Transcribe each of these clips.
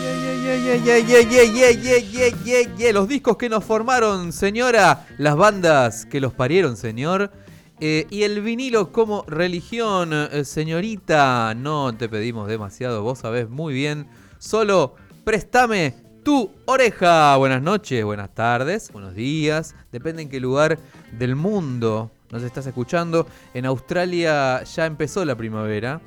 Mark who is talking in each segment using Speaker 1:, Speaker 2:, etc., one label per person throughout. Speaker 1: Yeah, yeah, yeah, los discos que nos formaron, señora, las bandas que los parieron, señor. Eh, y el vinilo como religión, eh, señorita, no te pedimos demasiado, vos sabés muy bien. Solo préstame
Speaker 2: tu oreja. Buenas noches, buenas tardes, buenos días. Depende en qué lugar del mundo nos estás escuchando. En Australia ya empezó la primavera.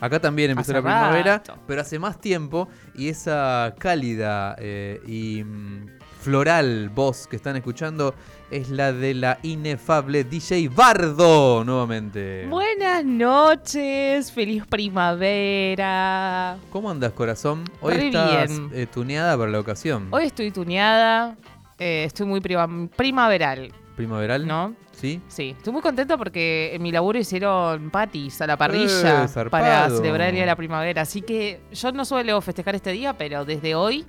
Speaker 2: Acá también empezó
Speaker 3: Hace
Speaker 2: la primavera,
Speaker 3: rato.
Speaker 2: pero hace más tiempo. Y esa cálida eh, y mm, floral voz que están escuchando es la de la inefable DJ Bardo nuevamente.
Speaker 3: Buenas noches, feliz primavera.
Speaker 2: ¿Cómo andas, corazón? Hoy
Speaker 3: Re
Speaker 2: estás
Speaker 3: bien.
Speaker 2: eh, tuneada para la ocasión.
Speaker 3: Hoy estoy tuneada, eh, estoy muy prima- primaveral,
Speaker 2: ¿Primaveral?
Speaker 3: ¿no?
Speaker 2: ¿Sí?
Speaker 3: Sí, estoy muy contenta porque en mi laburo hicieron patis a la parrilla
Speaker 2: Eh, zarpado.
Speaker 3: para celebrar el día de la primavera. Así que yo no suelo festejar este día, pero desde hoy,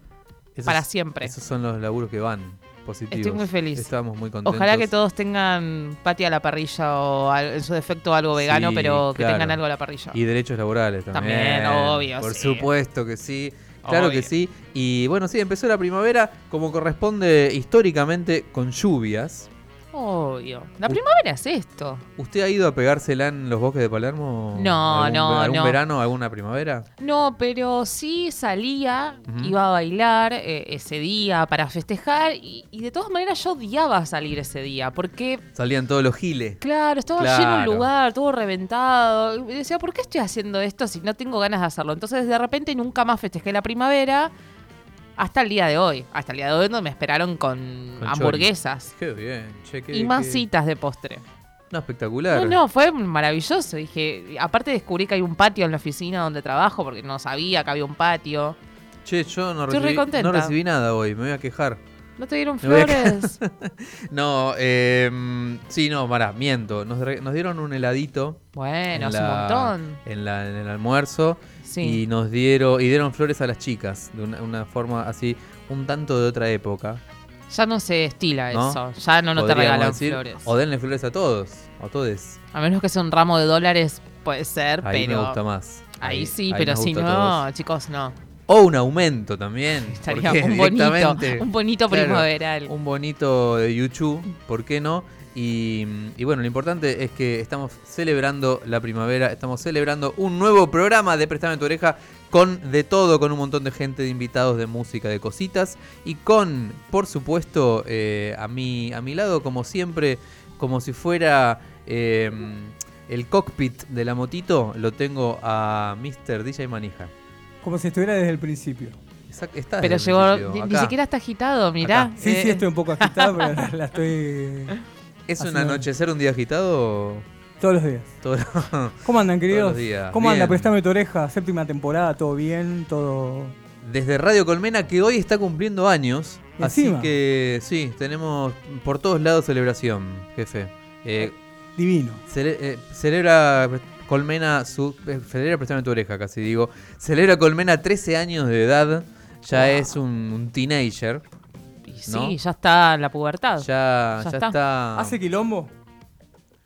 Speaker 2: Esos-
Speaker 3: para siempre.
Speaker 2: Esos son los laburos que van positivos.
Speaker 3: Estoy muy feliz.
Speaker 2: Estamos muy contentos.
Speaker 3: Ojalá que todos tengan pati a la parrilla o al- en su defecto algo vegano,
Speaker 2: Sí,
Speaker 3: pero que
Speaker 2: claro.
Speaker 3: tengan algo a la parrilla.
Speaker 2: Y derechos laborales también.
Speaker 3: También, obvio,
Speaker 2: Por
Speaker 3: sí.
Speaker 2: supuesto que sí. Claro
Speaker 3: Obvio.
Speaker 2: que sí. Y bueno, sí, empezó la primavera como corresponde históricamente con lluvias.
Speaker 3: Obvio. La primavera es esto.
Speaker 2: ¿Usted ha ido a pegársela en los bosques de Palermo?
Speaker 3: No,
Speaker 2: ¿Algún-
Speaker 3: no,
Speaker 2: ¿Algún
Speaker 3: no.
Speaker 2: verano, alguna primavera?
Speaker 3: No, pero sí salía,
Speaker 2: Ujú.
Speaker 3: iba a bailar eh, ese día para festejar y, y de todas maneras yo odiaba salir ese día porque,
Speaker 2: Salían todos los giles.
Speaker 3: claro, estaba lleno el
Speaker 2: Claro.
Speaker 3: lugar, todo reventado. Y decía, ¿por qué estoy haciendo esto si no tengo ganas de hacerlo? Entonces de repente nunca más festejé la primavera hasta el día de hoy. Hasta el día de hoy donde me esperaron con,
Speaker 2: Con
Speaker 3: hamburguesas
Speaker 2: Qué bien, che, qué-
Speaker 3: y más
Speaker 2: qué-
Speaker 3: citas de postre.
Speaker 2: No, espectacular.
Speaker 3: No, no, fue maravilloso. Dije, aparte descubrí que hay un patio en la oficina donde trabajo porque no sabía que había un patio.
Speaker 2: Che, yo no
Speaker 3: Estoy re
Speaker 2: recibí, no
Speaker 3: contenta.
Speaker 2: recibí nada hoy, me voy a quejar.
Speaker 3: ¿No te dieron
Speaker 2: Me voy a
Speaker 3: flores?
Speaker 2: No, eh, sí, no, pará, miento. Nos, re- nos dieron un heladito
Speaker 3: Bueno,
Speaker 2: en,
Speaker 3: hace
Speaker 2: la-
Speaker 3: un montón.
Speaker 2: en la- en el almuerzo y
Speaker 3: Sí.
Speaker 2: nos dieron y dieron flores a las chicas de una, una forma así un tanto de otra época.
Speaker 3: Ya no se estila
Speaker 2: ¿No?
Speaker 3: eso. Ya no, no te
Speaker 2: podríamos
Speaker 3: regalan
Speaker 2: decir.
Speaker 3: flores.
Speaker 2: O denle flores a todos, a todes.
Speaker 3: A menos que sea un ramo de dólares, puede ser,
Speaker 2: Ahí
Speaker 3: pero.
Speaker 2: me gusta más.
Speaker 3: Ahí, sí, pero
Speaker 2: nos
Speaker 3: si
Speaker 2: gusta a
Speaker 3: no,
Speaker 2: todos.
Speaker 3: chicos, no.
Speaker 2: O un aumento también.
Speaker 3: Estaría
Speaker 2: porque
Speaker 3: un bonito,
Speaker 2: directamente-
Speaker 3: un bonito
Speaker 2: claro,
Speaker 3: primaveral.
Speaker 2: un bonito de YouTube, ¿por qué no? Y, y bueno, lo importante es que estamos celebrando la primavera, estamos celebrando un nuevo programa de Prestame tu oreja con de todo, con un montón de gente, de invitados, de música, de cositas y con, por supuesto, eh, a, mi, a mi lado, como siempre, como si fuera eh, el cockpit de la motito, lo tengo a Mr. DJ Manija.
Speaker 4: Como si estuviera desde el principio.
Speaker 2: Exact- está
Speaker 3: Pero
Speaker 2: desde el
Speaker 3: llegó.
Speaker 2: principio,
Speaker 3: Ni, ni
Speaker 2: acá.
Speaker 3: siquiera está agitado, mirá.
Speaker 2: Acá.
Speaker 4: Sí,
Speaker 3: Eh,
Speaker 4: sí, estoy un poco agitado, pero la, la estoy
Speaker 2: ¿Es un
Speaker 4: haciendo-
Speaker 2: anochecer, un día agitado?
Speaker 4: todos los días.
Speaker 2: Todo-
Speaker 4: ¿Cómo andan, queridos?
Speaker 2: Todos los días.
Speaker 4: ¿Cómo anda?
Speaker 2: Bien.
Speaker 4: Prestame tu oreja, séptima temporada, todo bien, todo...
Speaker 2: desde Radio Colmena que hoy está cumpliendo años. Así
Speaker 4: Encima.
Speaker 2: que sí, tenemos por todos lados celebración, jefe. Eh,
Speaker 4: Divino.
Speaker 2: cele- eh, celebra Colmena su eh, celebra prestame tu oreja, casi digo. Celebra Colmena 13 años de edad. Ya
Speaker 3: Wow.
Speaker 2: es un, un teenager.
Speaker 3: y sí,
Speaker 2: ¿no?
Speaker 3: ya está en la pubertad.
Speaker 2: Ya, ya,
Speaker 3: Ah, Ya
Speaker 2: está.
Speaker 3: está.
Speaker 2: Ah.
Speaker 4: ¿Hace quilombo?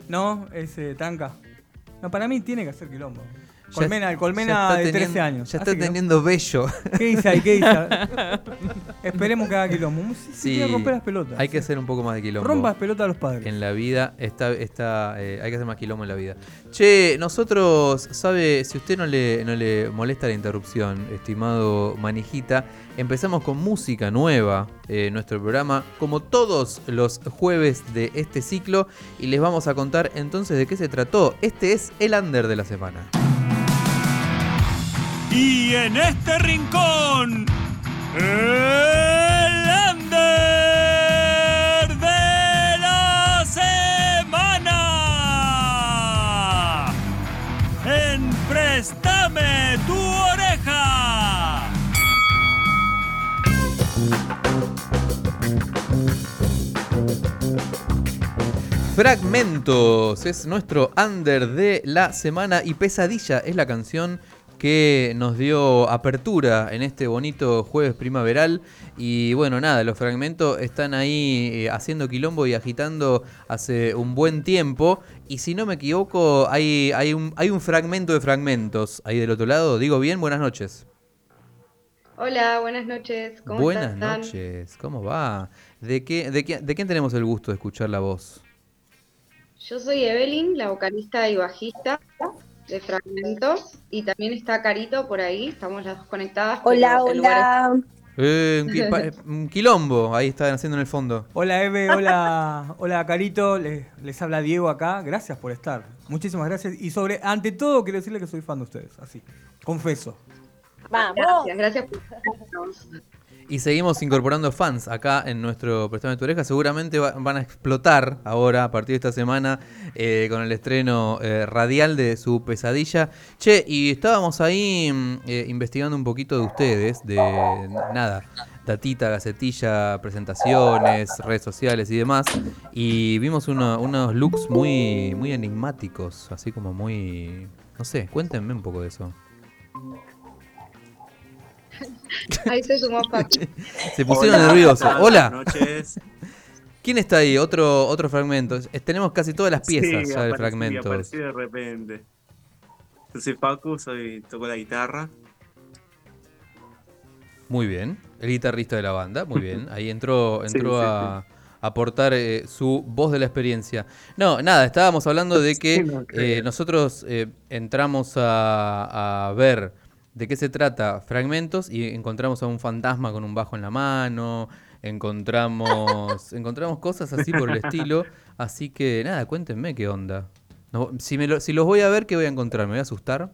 Speaker 4: ¿No? ¿Es eh, tanca? No, para mí tiene que hacer quilombo.
Speaker 2: ya-
Speaker 4: Colmena, el colmena
Speaker 2: ya
Speaker 4: de
Speaker 2: está
Speaker 4: 13
Speaker 2: teniendo-
Speaker 4: años.
Speaker 2: Ya
Speaker 4: ¿Hace
Speaker 2: está
Speaker 4: quilombo?
Speaker 2: teniendo bello.
Speaker 4: ¿Qué dice ahí? ¿Qué dice? Esperemos que haga quilombo. Sí, sí,
Speaker 2: Sí,
Speaker 4: quiere romper las pelotas.
Speaker 2: Hay que hacer un poco más de quilombo.
Speaker 4: Rompa las pelotas a los padres.
Speaker 2: en la vida. Está, está, eh, hay que hacer más quilombo en la vida. Che, nosotros, sabe, si usted no le, no le molesta la interrupción, estimado manijita, empezamos con música nueva, eh, nuestro programa, como todos los jueves de este ciclo, y les vamos a contar entonces de qué se trató. Este es el under de la semana.
Speaker 5: Y en este rincón, el Ander de la semana. En Préstame tu oreja.
Speaker 2: Fragmentos es nuestro under de la semana y Pesadilla es la canción que nos dio apertura en este bonito jueves primaveral y bueno nada los fragmentos están ahí eh, haciendo quilombo y agitando hace un buen tiempo y si no me equivoco hay, hay, un, hay un fragmento de fragmentos ahí del otro lado digo bien buenas noches
Speaker 6: Hola, buenas noches. ¿Cómo
Speaker 2: buenas
Speaker 6: están?
Speaker 2: noches cómo va de qué de qué- de quién tenemos el gusto de escuchar la voz
Speaker 6: Yo soy Evelyn, la vocalista y bajista de Fragmentos. Y también está Carito por ahí. Estamos las dos conectadas.
Speaker 1: Hola,
Speaker 6: pero el lugar
Speaker 1: hola.
Speaker 2: Eh, un, qui- pa- un quilombo, ahí están haciendo en el fondo.
Speaker 4: Hola Eve, hola, hola Carito, les, les habla Diego acá. Gracias por estar. Muchísimas gracias. Y sobre, ante todo, quiero decirle que soy fan de ustedes, así. Confeso.
Speaker 1: Vamos.
Speaker 6: Gracias, gracias por escucharnos.
Speaker 2: Y seguimos incorporando fans acá en nuestro Prestame tu oreja. Seguramente va- van a explotar ahora, a partir de esta semana, eh, con el estreno eh, radial de su pesadilla. Che, y estábamos ahí mm, eh, investigando un poquito de ustedes, de nada, datita, gacetilla, presentaciones, redes sociales y demás. Y vimos uno- unos looks muy, muy enigmáticos, así como muy... No sé, cuéntenme un poco de eso.
Speaker 6: Ahí se sumó Paco.
Speaker 2: Se pusieron
Speaker 7: Hola,
Speaker 2: nerviosos.
Speaker 7: ¿qué tal?
Speaker 2: Hola.
Speaker 7: Buenas noches.
Speaker 2: ¿Quién está ahí? Otro, otro fragmento. Es- Tenemos casi todas las piezas
Speaker 7: Sí,
Speaker 2: ya del
Speaker 7: aparecí,
Speaker 2: fragmento.
Speaker 7: aparecí de repente. Yo soy Facu, soy, toco la guitarra.
Speaker 2: Muy bien. El guitarrista de la banda, muy bien. Ahí entró,
Speaker 7: Sí,
Speaker 2: entró
Speaker 7: sí,
Speaker 2: a a aportar eh, su voz de la experiencia. No, nada, estábamos hablando de que
Speaker 7: Sí, no creo.
Speaker 2: eh, nosotros eh, entramos a, a ver de qué se trata fragmentos y encontramos a un fantasma con un bajo en la mano, encontramos, encontramos cosas así por el estilo. Así que nada, cuéntenme qué onda. No, si, me lo- si los voy a ver, ¿qué voy a encontrar? ¿Me voy a asustar?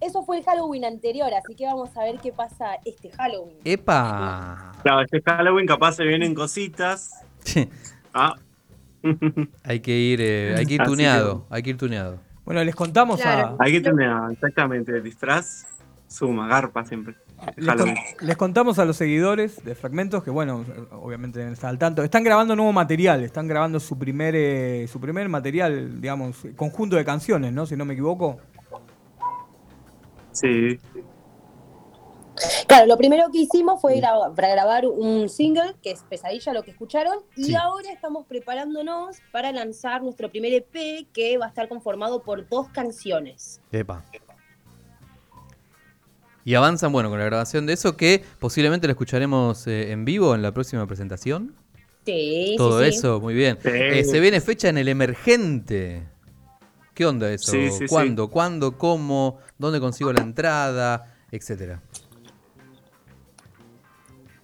Speaker 1: Eso fue el Halloween anterior, así que vamos a ver qué pasa este Halloween.
Speaker 2: Eh. ¡Epa!
Speaker 7: Claro, este Halloween capaz se vienen cositas. Ah,
Speaker 2: hay que ir, eh, hay que ir
Speaker 7: Así que-
Speaker 2: tuneado, hay que ir tuneado.
Speaker 4: Bueno, les contamos
Speaker 6: Claro.
Speaker 4: a.
Speaker 7: hay que tener exactamente el disfraz. Suma, garpa siempre.
Speaker 4: Les, con-
Speaker 7: Halloween.
Speaker 4: les contamos a los seguidores de Fragmentos que, bueno, obviamente deben estar al tanto. Están grabando nuevo material, están grabando su primer, eh, su primer material, digamos, conjunto de canciones, ¿no? Si no me equivoco.
Speaker 7: Sí.
Speaker 1: Claro, lo primero que hicimos fue gra- para grabar un single, que es Pesadilla, lo que escucharon, y
Speaker 2: Sí.
Speaker 1: ahora estamos preparándonos para lanzar nuestro primer EP, que va a estar conformado por dos canciones.
Speaker 2: Epa. Y avanzan, bueno, con la grabación de eso que posiblemente lo escucharemos eh, en vivo en la próxima presentación.
Speaker 1: Sí,
Speaker 2: Todo
Speaker 1: sí, sí.
Speaker 2: eso, muy bien.
Speaker 7: Sí.
Speaker 2: Eh, se viene fecha en el emergente. ¿Qué onda eso?
Speaker 7: Sí, sí, sí.
Speaker 2: ¿Cuándo? ¿Cuándo? ¿Cómo? ¿Dónde consigo la entrada? Etcétera.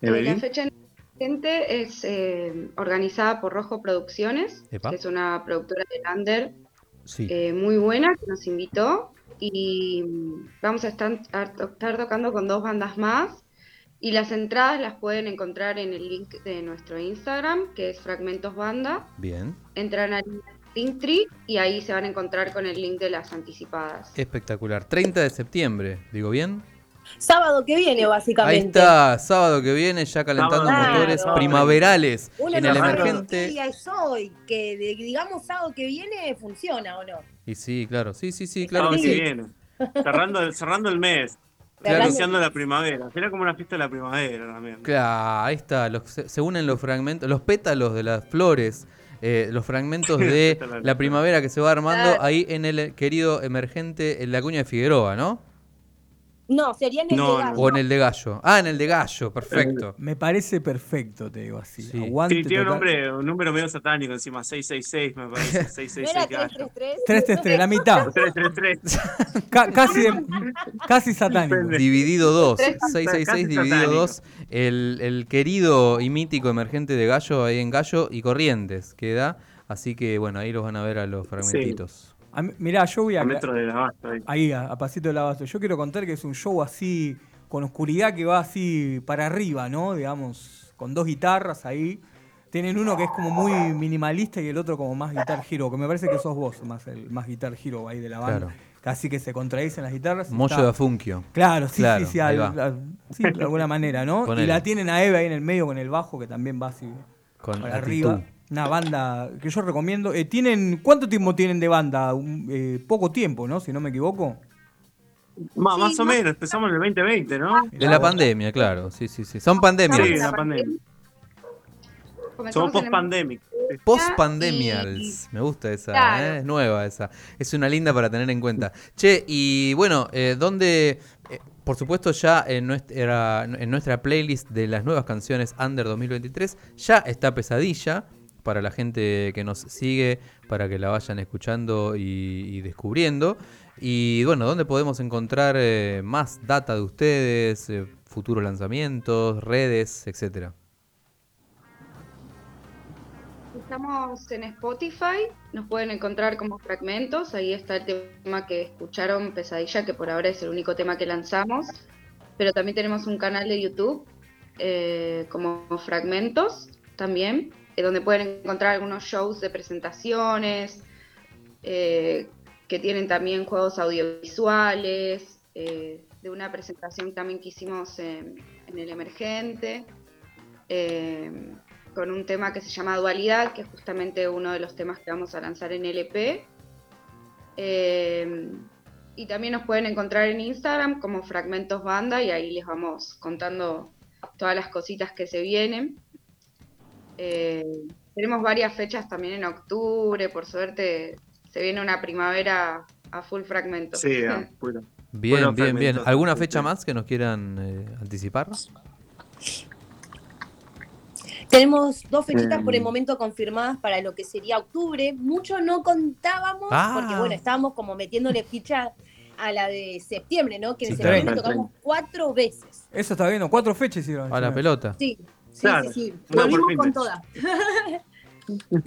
Speaker 6: Eh, La
Speaker 7: Evelyn.
Speaker 6: fecha gente es eh, organizada por Rojo Producciones,
Speaker 2: Epa.
Speaker 6: que es una productora de Lander
Speaker 2: Sí.
Speaker 6: eh, muy buena que nos invitó y mm, vamos a estar, a estar tocando con dos bandas más y las entradas las pueden encontrar en el link de nuestro Instagram que es Fragmentos Banda.
Speaker 2: Bien.
Speaker 6: Entran al Linktree y ahí se van a encontrar con el link de las anticipadas.
Speaker 2: Eh, Espectacular. 30 de septiembre, ¿digo bien?
Speaker 1: Sábado que viene,
Speaker 2: Ahí
Speaker 1: básicamente.
Speaker 2: está, sábado que viene, ya calentando
Speaker 1: Sábado.
Speaker 2: motores
Speaker 1: Claro.
Speaker 2: primaverales
Speaker 1: Uno
Speaker 2: en
Speaker 1: no
Speaker 2: el
Speaker 1: sabe
Speaker 2: emergente.
Speaker 1: qué día es hoy, que de- digamos sábado que viene funciona o no.
Speaker 2: Y sí, claro, sí, sí, sí, claro
Speaker 7: Claro
Speaker 1: sí.
Speaker 2: que
Speaker 7: que
Speaker 2: sí.
Speaker 7: viene. Cerrando el, cerrando el mes.
Speaker 2: Claro.
Speaker 7: Iniciando la primavera. Será como una fiesta de la primavera también.
Speaker 2: Claro, ahí está, los- se, se unen los fragmentos, los pétalos de las flores, eh, los fragmentos de
Speaker 7: Pétalos de las
Speaker 2: la primavera que se va armando
Speaker 6: Claro.
Speaker 2: ahí en el querido emergente, en la cuña de Figueroa, ¿no?
Speaker 1: No, sería en el
Speaker 7: No,
Speaker 1: de
Speaker 7: no.
Speaker 1: Gallo.
Speaker 2: O en el de Gallo. Ah, en el de Gallo, perfecto.
Speaker 4: Me parece perfecto, te digo así.
Speaker 2: Sí.
Speaker 4: Aguante.
Speaker 7: Sí, tiene un,
Speaker 4: total.
Speaker 7: nombre, un número medio satánico encima. 666 me parece.
Speaker 1: ¿No era
Speaker 7: 666 gallo.
Speaker 1: 333?
Speaker 4: 333, la mitad.
Speaker 7: 333.
Speaker 4: Ca- casi, de- casi satánico.
Speaker 2: Dividido 2,
Speaker 6: Tres
Speaker 2: 666
Speaker 7: casi
Speaker 2: dividido
Speaker 7: satánico.
Speaker 2: 2, el, el querido y mítico emergente de Gallo, ahí en Gallo y Corrientes queda. Así que bueno, ahí los van a ver a los fragmentitos.
Speaker 4: A mí- mirá, yo voy a.
Speaker 7: A metro de la basta. ahí.
Speaker 4: Ahí, a, a pasito del abasto. Yo quiero contar que es un show así, con oscuridad que va así para arriba, ¿no? Digamos, con dos guitarras ahí. Tienen uno que es como muy minimalista y el otro como más guitar hero, que me parece que sos vos más el más guitar hero ahí de la banda.
Speaker 2: Claro.
Speaker 4: Casi que se contradicen las guitarras.
Speaker 2: Moyo
Speaker 4: Está-
Speaker 2: de Afunquio.
Speaker 4: Claro, sí,
Speaker 2: Claro,
Speaker 4: sí, sí,
Speaker 2: ahí
Speaker 4: al-
Speaker 2: va.
Speaker 4: al- sí, de alguna manera, ¿no?
Speaker 2: Ponele.
Speaker 4: Y la tienen a Eve ahí en el medio con el bajo, que también va así
Speaker 2: Con
Speaker 4: para
Speaker 2: actitud.
Speaker 4: arriba. Una banda que yo recomiendo. Eh, tienen ¿Cuánto tiempo tienen de banda? Un, eh, poco tiempo, ¿no? Si no me equivoco.
Speaker 7: Ma-
Speaker 6: Sí,
Speaker 7: más o
Speaker 6: más-
Speaker 7: menos, empezamos en el 2020, ¿no?
Speaker 2: De la pandemia, claro. Sí, sí, sí. Son pandemias.
Speaker 7: Sí, la pandemia. Somos
Speaker 6: Comenzamos en el-
Speaker 7: post-pandemic.
Speaker 2: Post-pandemials. Me gusta esa,
Speaker 6: Claro.
Speaker 2: ¿eh? es nueva esa. Es una linda para tener en cuenta. Che, y bueno, eh, ¿dónde...? eh, por supuesto, ya en nuestra, en nuestra playlist de las nuevas canciones Under 2023 ya está Pesadilla para la gente que nos sigue, para que la vayan escuchando y, y descubriendo. Y bueno, ¿dónde podemos encontrar eh, más data de ustedes, eh, futuros lanzamientos, redes, etcétera?
Speaker 6: Estamos en Spotify, nos pueden encontrar como fragmentos, ahí está el tema que escucharon, Pesadilla, que por ahora es el único tema que lanzamos, pero también tenemos un canal de YouTube eh, como fragmentos también, eh, donde pueden encontrar algunos shows de presentaciones, eh, que tienen también juegos audiovisuales, eh, de una presentación también que hicimos en, en el Emergente. eh, con un tema que se llama Dualidad, que es justamente uno de los temas que vamos a lanzar en LP. Eh, y también nos pueden encontrar en Instagram como Fragmentos Banda y ahí les vamos contando todas las cositas que se vienen. Eh, tenemos varias fechas también en octubre, por suerte se viene una primavera a full fragmentos.
Speaker 7: Sí, ah, puro.
Speaker 2: Bien,
Speaker 7: Bueno,
Speaker 2: bien, bien.
Speaker 7: fragmentos.
Speaker 2: ¿Alguna fecha más que nos quieran eh, anticipar?
Speaker 1: Tenemos dos fechitas
Speaker 7: Mm.
Speaker 1: por el momento confirmadas para lo que sería octubre. Mucho no contábamos
Speaker 2: Ah.
Speaker 1: porque, bueno, estábamos como metiéndole ficha a la de septiembre, ¿no? Que en
Speaker 4: Sí,
Speaker 1: septiembre
Speaker 7: claro.
Speaker 1: tocamos cuatro veces.
Speaker 4: Eso está bien, ¿no? cuatro fechas hicieron.
Speaker 2: A la pelota.
Speaker 1: Sí, sí,
Speaker 7: Claro,
Speaker 1: sí. sí.
Speaker 7: una por
Speaker 1: Volvimos
Speaker 7: fin.
Speaker 1: con todas, con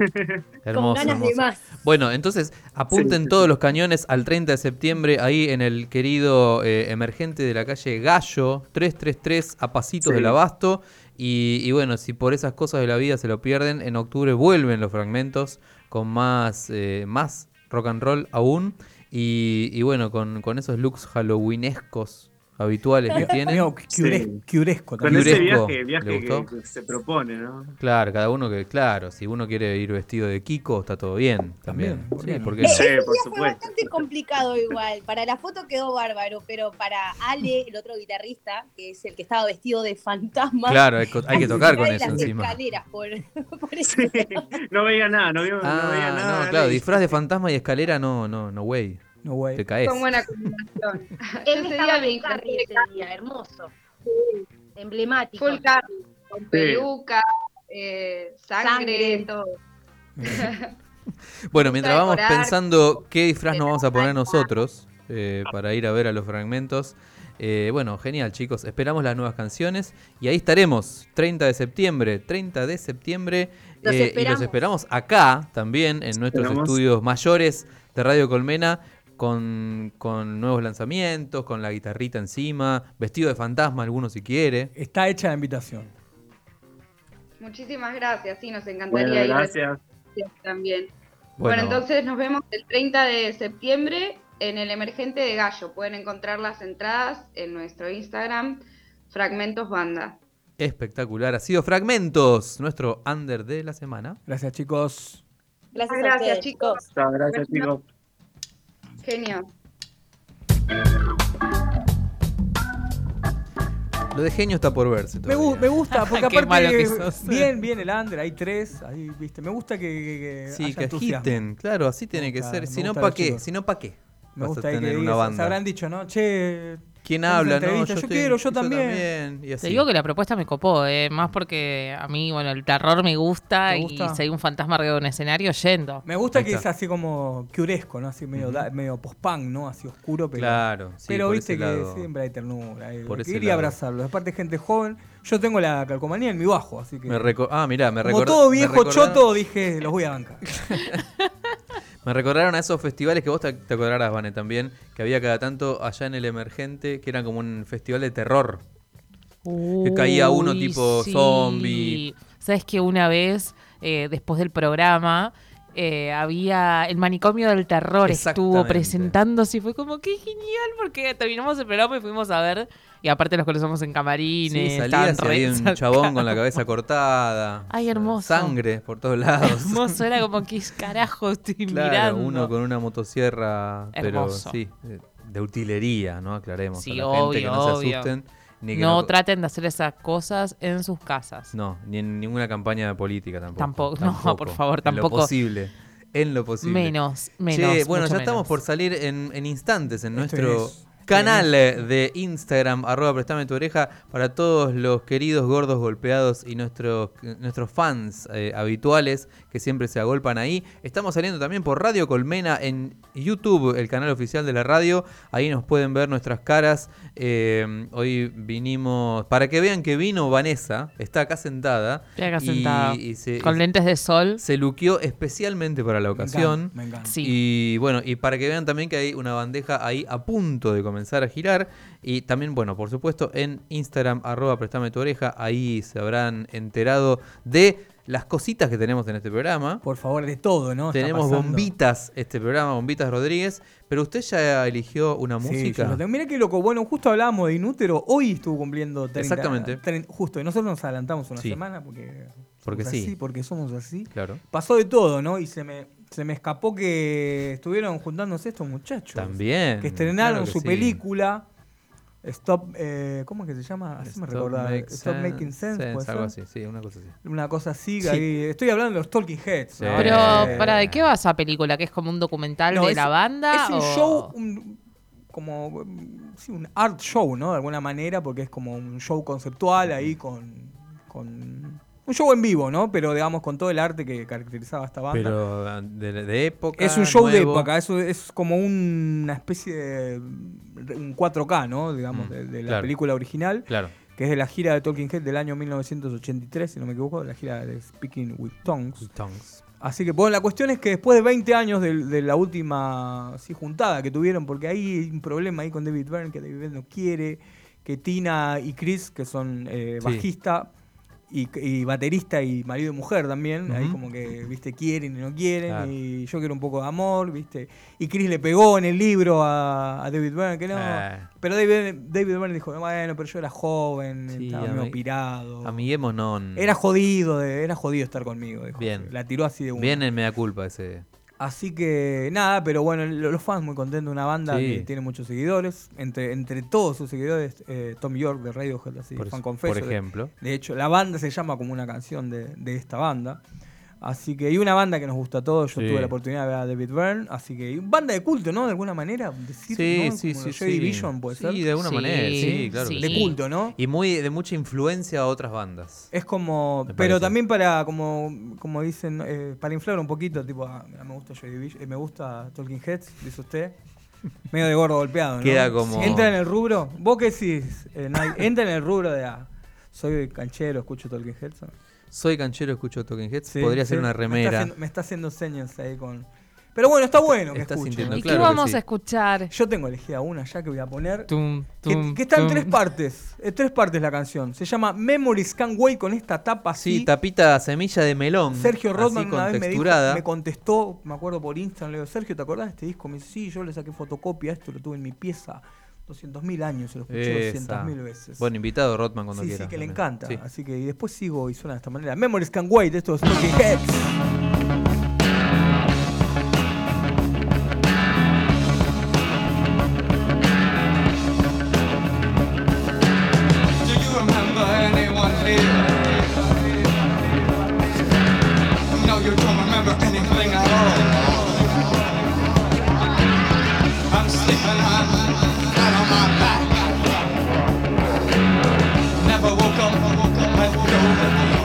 Speaker 2: Hermoso,
Speaker 1: ganas de
Speaker 2: hermoso.
Speaker 1: más.
Speaker 2: Bueno, entonces apunten
Speaker 7: Sí, sí,
Speaker 2: todos
Speaker 7: sí.
Speaker 2: los cañones al 30 de septiembre ahí en el querido eh, emergente de la calle Gallo 333 a pasitos
Speaker 7: Sí.
Speaker 2: del abasto. Y, y bueno, si por esas cosas de la vida se lo pierden, en octubre vuelven los fragmentos con más, eh, más rock and roll aún. Y, y bueno, con, con esos looks halloweenescos habituales que tienen.
Speaker 4: Medio Quiure-
Speaker 7: Sí.
Speaker 4: Quiuresco
Speaker 7: Con
Speaker 4: también.
Speaker 7: ese
Speaker 2: Yuresco,
Speaker 7: viaje,
Speaker 2: ¿le
Speaker 7: viaje que,
Speaker 2: gustó?
Speaker 7: que se propone, ¿no?
Speaker 2: Claro, cada uno que, claro, si uno quiere ir vestido de Kiko, está todo bien también.
Speaker 4: También, ¿por qué
Speaker 2: Sí,
Speaker 4: no?
Speaker 2: ¿por qué
Speaker 1: Eh,
Speaker 2: no?
Speaker 1: ese
Speaker 7: Sí, por
Speaker 1: día fue
Speaker 7: supuesto.
Speaker 1: bastante complicado igual. Para la foto quedó bárbaro, pero para Ale, el otro guitarrista, que es el que estaba vestido de fantasma,
Speaker 2: Claro, hay, co- hay que tocar con
Speaker 1: cae
Speaker 2: eso
Speaker 1: las
Speaker 2: encima.
Speaker 1: escaleras por, por eso.
Speaker 7: Sí, no veía nada, no, vio- no veía
Speaker 2: Ah,
Speaker 7: nada.
Speaker 2: no, claro,
Speaker 7: y-
Speaker 2: disfraz de fantasma y escalera, no, no, no, güey.
Speaker 4: No, güey.
Speaker 2: Te caes.
Speaker 6: Con buena combinación.
Speaker 8: Él
Speaker 6: Ese
Speaker 8: estaba
Speaker 6: día
Speaker 8: en
Speaker 6: me
Speaker 8: Cardi ese día, hermoso. Emblemático.
Speaker 6: Full carne, con peluca, eh, sangre,
Speaker 1: Sangre.
Speaker 6: todo.
Speaker 2: Bueno, mientras vamos
Speaker 6: decorar.
Speaker 2: pensando qué disfraz nos vamos a poner
Speaker 6: Exacto.
Speaker 2: nosotros eh, para ir a ver a los fragmentos. eh, bueno, genial, chicos. Esperamos las nuevas canciones y ahí estaremos. 30 de septiembre, 30 de septiembre.
Speaker 1: Los
Speaker 2: eh, y los
Speaker 1: esperamos.
Speaker 2: esperamos acá también en nuestros
Speaker 7: Esperamos.
Speaker 2: estudios mayores de Radio Colmena. Con, con nuevos lanzamientos, con la guitarrita encima, vestido de fantasma alguno si quiere.
Speaker 4: Está hecha la invitación.
Speaker 6: Muchísimas gracias, sí, nos encantaría
Speaker 7: Bueno,
Speaker 6: ir
Speaker 7: gracias.
Speaker 6: también. Bueno. entonces nos vemos el 30 de septiembre en el Emergente de Gallo. Pueden encontrar las entradas en nuestro Instagram, Fragmentos Banda.
Speaker 2: Espectacular, ha sido Fragmentos, nuestro under de la semana.
Speaker 4: Gracias, chicos.
Speaker 1: Gracias, a
Speaker 6: Gracias,
Speaker 1: ustedes,
Speaker 6: chicos.
Speaker 7: Chao, Gracias, chicos.
Speaker 6: Genial.
Speaker 2: Lo de genio está por verse.
Speaker 4: Me,
Speaker 2: todavía.
Speaker 4: gu- me gusta, porque
Speaker 3: Qué malo
Speaker 4: aparte.
Speaker 3: que sos.
Speaker 4: Bien, bien el under, hay tres. Ahí, viste. Me gusta que. que- que
Speaker 2: Sí,
Speaker 4: Eh, haya
Speaker 2: que
Speaker 4: entusiasmo.
Speaker 2: agiten, claro, así tiene
Speaker 4: Me
Speaker 2: que
Speaker 4: gusta-
Speaker 2: ser.
Speaker 4: me
Speaker 2: Si no,
Speaker 4: gusta
Speaker 2: ¿para
Speaker 4: los
Speaker 2: qué?
Speaker 4: chicos.
Speaker 2: Si no, ¿para qué?
Speaker 4: Me
Speaker 2: Vas a
Speaker 4: gusta ahí
Speaker 2: tener
Speaker 4: que
Speaker 2: una
Speaker 4: digas- se
Speaker 2: banda.
Speaker 4: habrán dicho, ¿no? Che.
Speaker 2: ¿Quién
Speaker 4: Hacen
Speaker 2: habla? No,
Speaker 4: entrevista, yo quiero, yo también.
Speaker 2: Y así.
Speaker 3: Te digo que la propuesta me copó, eh, más porque a mí, bueno, el terror me gusta,
Speaker 4: ¿Te gusta?
Speaker 3: y si hay un fantasma arriba de un escenario, yendo.
Speaker 4: Me gusta
Speaker 2: Ahí
Speaker 4: que es
Speaker 2: está.
Speaker 4: así como Quiuresco, ¿no? Así medio, da- medio post-punk, ¿no? Así oscuro, pero.
Speaker 2: Claro, sí,
Speaker 4: pero
Speaker 2: por
Speaker 4: viste
Speaker 2: ese
Speaker 4: que
Speaker 2: lado.
Speaker 4: siempre hay ternura. hay-
Speaker 2: Por ese
Speaker 4: Quería
Speaker 2: lado.
Speaker 4: abrazarlos. Aparte, gente joven. Yo tengo la calcomanía en mi bajo, así que.
Speaker 2: Me reco- ah, mirá, me,
Speaker 4: como
Speaker 2: recordó-
Speaker 4: todo
Speaker 2: me
Speaker 4: viejo
Speaker 2: recordó-
Speaker 4: choto, dije, los voy a bancar.
Speaker 2: Me recordaron a esos festivales que vos te, te acordarás, Vane, también, que había cada tanto allá en el Emergente, que eran como un festival de terror. Que caía uno
Speaker 3: Uy,
Speaker 2: tipo zombie.
Speaker 3: Sabes que una vez, eh, después del programa, eh, había el manicomio del terror estuvo
Speaker 2: Exactamente.
Speaker 3: presentándose y fue como que genial porque terminamos el programa y fuimos a ver y aparte los conocemos en camarines
Speaker 2: Sí,
Speaker 3: estaban
Speaker 2: salías y
Speaker 3: re
Speaker 2: había un
Speaker 3: cerca.
Speaker 2: chabón con la cabeza cortada.
Speaker 3: Ay, hermoso.
Speaker 2: Sangre por todos lados.
Speaker 3: hermoso era como que carajo estoy
Speaker 2: Claro,
Speaker 3: mirando
Speaker 2: uno con una motosierra, pero
Speaker 3: Hermoso.
Speaker 2: sí, eh, de utilería, ¿no? Aclaremos
Speaker 3: Sí,
Speaker 2: a la gente que
Speaker 3: obvio,
Speaker 2: no se
Speaker 3: obvio.
Speaker 2: asusten. Ni que
Speaker 3: no,
Speaker 2: no,
Speaker 3: traten de hacer esas cosas en sus casas
Speaker 2: no, ni en ninguna campaña política tampoco.
Speaker 3: Tampoco, no, por favor,
Speaker 2: En
Speaker 3: tampoco.
Speaker 2: lo posible, en lo posible.
Speaker 3: menos
Speaker 2: Che,
Speaker 3: menos
Speaker 2: bueno,
Speaker 3: mucho
Speaker 2: ya estamos
Speaker 3: menos.
Speaker 2: por salir en, en instantes en
Speaker 4: Esto
Speaker 2: nuestro
Speaker 4: es
Speaker 2: Canal eh, de Instagram, arroba prestame tu oreja, para todos los queridos gordos golpeados y nuestros, nuestros fans eh, habituales que siempre se agolpan ahí. Estamos saliendo también por Radio Colmena en YouTube, el canal oficial de la radio. Ahí nos pueden ver nuestras caras. Eh, hoy vinimos, para que vean que vino Vanessa, está acá sentada.
Speaker 3: Estoy acá
Speaker 2: y-
Speaker 3: sentada.
Speaker 2: y se-
Speaker 3: Con lentes de sol.
Speaker 2: se luqueó especialmente para la
Speaker 4: Me encanta,
Speaker 2: ocasión.
Speaker 4: Me encanta.
Speaker 3: Sí.
Speaker 2: Y bueno, y para que vean también que hay una bandeja ahí a punto de comenzar a girar. Y también, bueno, por supuesto, en Instagram, arroba prestame tu oreja, ahí se habrán enterado de las cositas que tenemos en este programa.
Speaker 4: Por favor, de todo, ¿no? Está
Speaker 2: Tenemos
Speaker 4: pasando.
Speaker 2: bombitas este programa, bombitas Rodríguez, pero usted ya eligió una
Speaker 4: Sí,
Speaker 2: música.
Speaker 4: yo lo tengo. Mirá qué loco. Bueno, justo hablábamos de Inútero. Hoy estuvo cumpliendo 30.
Speaker 2: Exactamente.
Speaker 4: tren- justo. Y nosotros nos adelantamos una
Speaker 2: Sí.
Speaker 4: semana porque.
Speaker 2: Porque
Speaker 4: somos
Speaker 2: sí.
Speaker 4: así, porque somos así.
Speaker 2: Claro.
Speaker 4: Pasó de todo, ¿no? Y se me, se me escapó que estuvieron juntándose estos muchachos.
Speaker 2: También.
Speaker 4: Que estrenaron
Speaker 2: claro que
Speaker 4: su
Speaker 2: sí.
Speaker 4: película. Stop. eh, ¿Cómo es que se llama? Así me recordaba.
Speaker 2: Make
Speaker 4: Stop
Speaker 2: Sense,
Speaker 4: Making Sense. ¿puede ser?
Speaker 2: algo así, sí, una cosa así.
Speaker 4: Una cosa así.
Speaker 2: Sí.
Speaker 4: ahí- Estoy hablando de los Talking Heads.
Speaker 2: Sí.
Speaker 4: ¿no?
Speaker 3: Pero,
Speaker 4: Eh,
Speaker 3: ¿para de qué va esa película? ¿Que es como un documental
Speaker 4: No,
Speaker 3: de
Speaker 4: es-
Speaker 3: la banda?
Speaker 4: Es un
Speaker 3: o-
Speaker 4: show, un- como mm, sí, un art show, ¿no? De alguna manera, porque es como un show conceptual ahí con, con un show en vivo, ¿no? Pero digamos con todo el arte que caracterizaba a esta banda.
Speaker 2: Pero ah, de, de época.
Speaker 4: es un show
Speaker 2: nuevo.
Speaker 4: de época, es, es como un- una especie de un 4K, ¿no? Digamos,
Speaker 2: Mm,
Speaker 4: de, de la
Speaker 2: claro.
Speaker 4: película original,
Speaker 2: Claro.
Speaker 4: que es de la gira de Talking Head del año 1983, si no me equivoco, de la gira de Speaking with Tongues.
Speaker 2: Tongues.
Speaker 4: Así que, bueno, la cuestión es que después de 20 años de, de la última sí, juntada que tuvieron, porque hay un problema ahí con David Byrne, que David Byrne no quiere, que Tina y Chris, que son eh,
Speaker 2: Sí.
Speaker 4: bajista y, y baterista y marido y mujer también, ahí
Speaker 2: Ujú.
Speaker 4: como que, viste, quieren y no quieren,
Speaker 2: Claro.
Speaker 4: y yo quiero un poco de amor, viste. Y Chris le pegó en el libro a, a David Byrne, que no.
Speaker 2: Ah.
Speaker 4: Pero David, David Byrne dijo, bueno, pero yo era joven,
Speaker 2: Sí,
Speaker 4: estaba
Speaker 2: ami-
Speaker 4: medio pirado.
Speaker 2: Amiguémonos.
Speaker 4: Era jodido, de- era jodido estar conmigo, dijo.
Speaker 2: Bien.
Speaker 4: La tiró así de una.
Speaker 2: Bien en media culpa ese.
Speaker 4: Así que nada, pero bueno, lo- los fans muy contentos, una banda
Speaker 2: Sí.
Speaker 4: que tiene muchos seguidores. Entre, entre todos sus seguidores, eh, Tom York de Radiohead, así,
Speaker 2: Por,
Speaker 4: fan
Speaker 2: por
Speaker 4: confeso. de-
Speaker 2: ejemplo.
Speaker 4: De hecho, la banda se llama como una canción de, de esta banda. Así que, y una banda que nos gusta a todos. Yo
Speaker 2: Sí.
Speaker 4: tuve la oportunidad de ver a David Byrne. Así que, y banda de culto, ¿no? De alguna manera. Decir, ¿no? Como los Joy Division, puede
Speaker 2: sí,
Speaker 4: ser.
Speaker 2: de alguna
Speaker 3: Sí,
Speaker 2: manera. Sí, claro. que
Speaker 3: sí.
Speaker 2: sí.
Speaker 4: De culto, ¿no?
Speaker 2: Y muy, de mucha influencia a otras bandas.
Speaker 4: Es como.
Speaker 2: Me
Speaker 4: Pero
Speaker 2: parece.
Speaker 4: también para, como, como dicen, eh, para inflar un poquito, tipo, ah, mirá, me gusta Joy Division, eh, me gusta Talking Heads, dice usted. Medio de gordo golpeado, ¿no?
Speaker 2: Queda como-
Speaker 4: Entra en el rubro. ¿Vos qué decís? eh, Nike? entra en el rubro de. ah, soy canchero, escucho Talking Heads. ¿no?
Speaker 2: Soy canchero, escucho Talking Heads.
Speaker 4: Sí,
Speaker 2: Podría
Speaker 4: sí.
Speaker 2: ser una
Speaker 4: Me
Speaker 2: remera.
Speaker 4: está, haciendo, me está haciendo señas ahí con. Pero bueno, está bueno que
Speaker 2: está
Speaker 4: escuchen.
Speaker 2: sintiendo-
Speaker 3: ¿Y
Speaker 2: claro
Speaker 3: qué
Speaker 2: que
Speaker 3: vamos
Speaker 2: sí.
Speaker 3: a escuchar?
Speaker 4: Yo tengo elegida una ya que voy a poner.
Speaker 3: Tum,
Speaker 4: Que,
Speaker 3: tum,
Speaker 4: que está en
Speaker 3: tum.
Speaker 4: tres partes. En tres partes la canción. Se llama Memories Can Wait con esta tapa así.
Speaker 2: Sí, tapita semilla de melón.
Speaker 4: Sergio Rodman
Speaker 2: así
Speaker 4: una vez me, dijo-
Speaker 2: contexturada.
Speaker 4: me contestó, me acuerdo por Instagram, le digo, Sergio, ¿te acordás de este disco? Me dice, sí, yo le saqué fotocopia, esto lo tuve en mi pieza 200.000 años, se lo escuché
Speaker 2: Esa.
Speaker 4: 200.000 veces.
Speaker 2: Bueno, invitado Rodman cuando
Speaker 4: sí,
Speaker 2: quiera.
Speaker 4: sí, que le
Speaker 2: también.
Speaker 4: encanta.
Speaker 2: Sí.
Speaker 4: Así que y después sigo y suena de esta manera. Memories Can Wait, esto es Talking Heads.
Speaker 9: Do you remember anyone here? No, you don't remember anything at all. I'm sleeping on flat on my back. Never woke up, woke up, I don't know.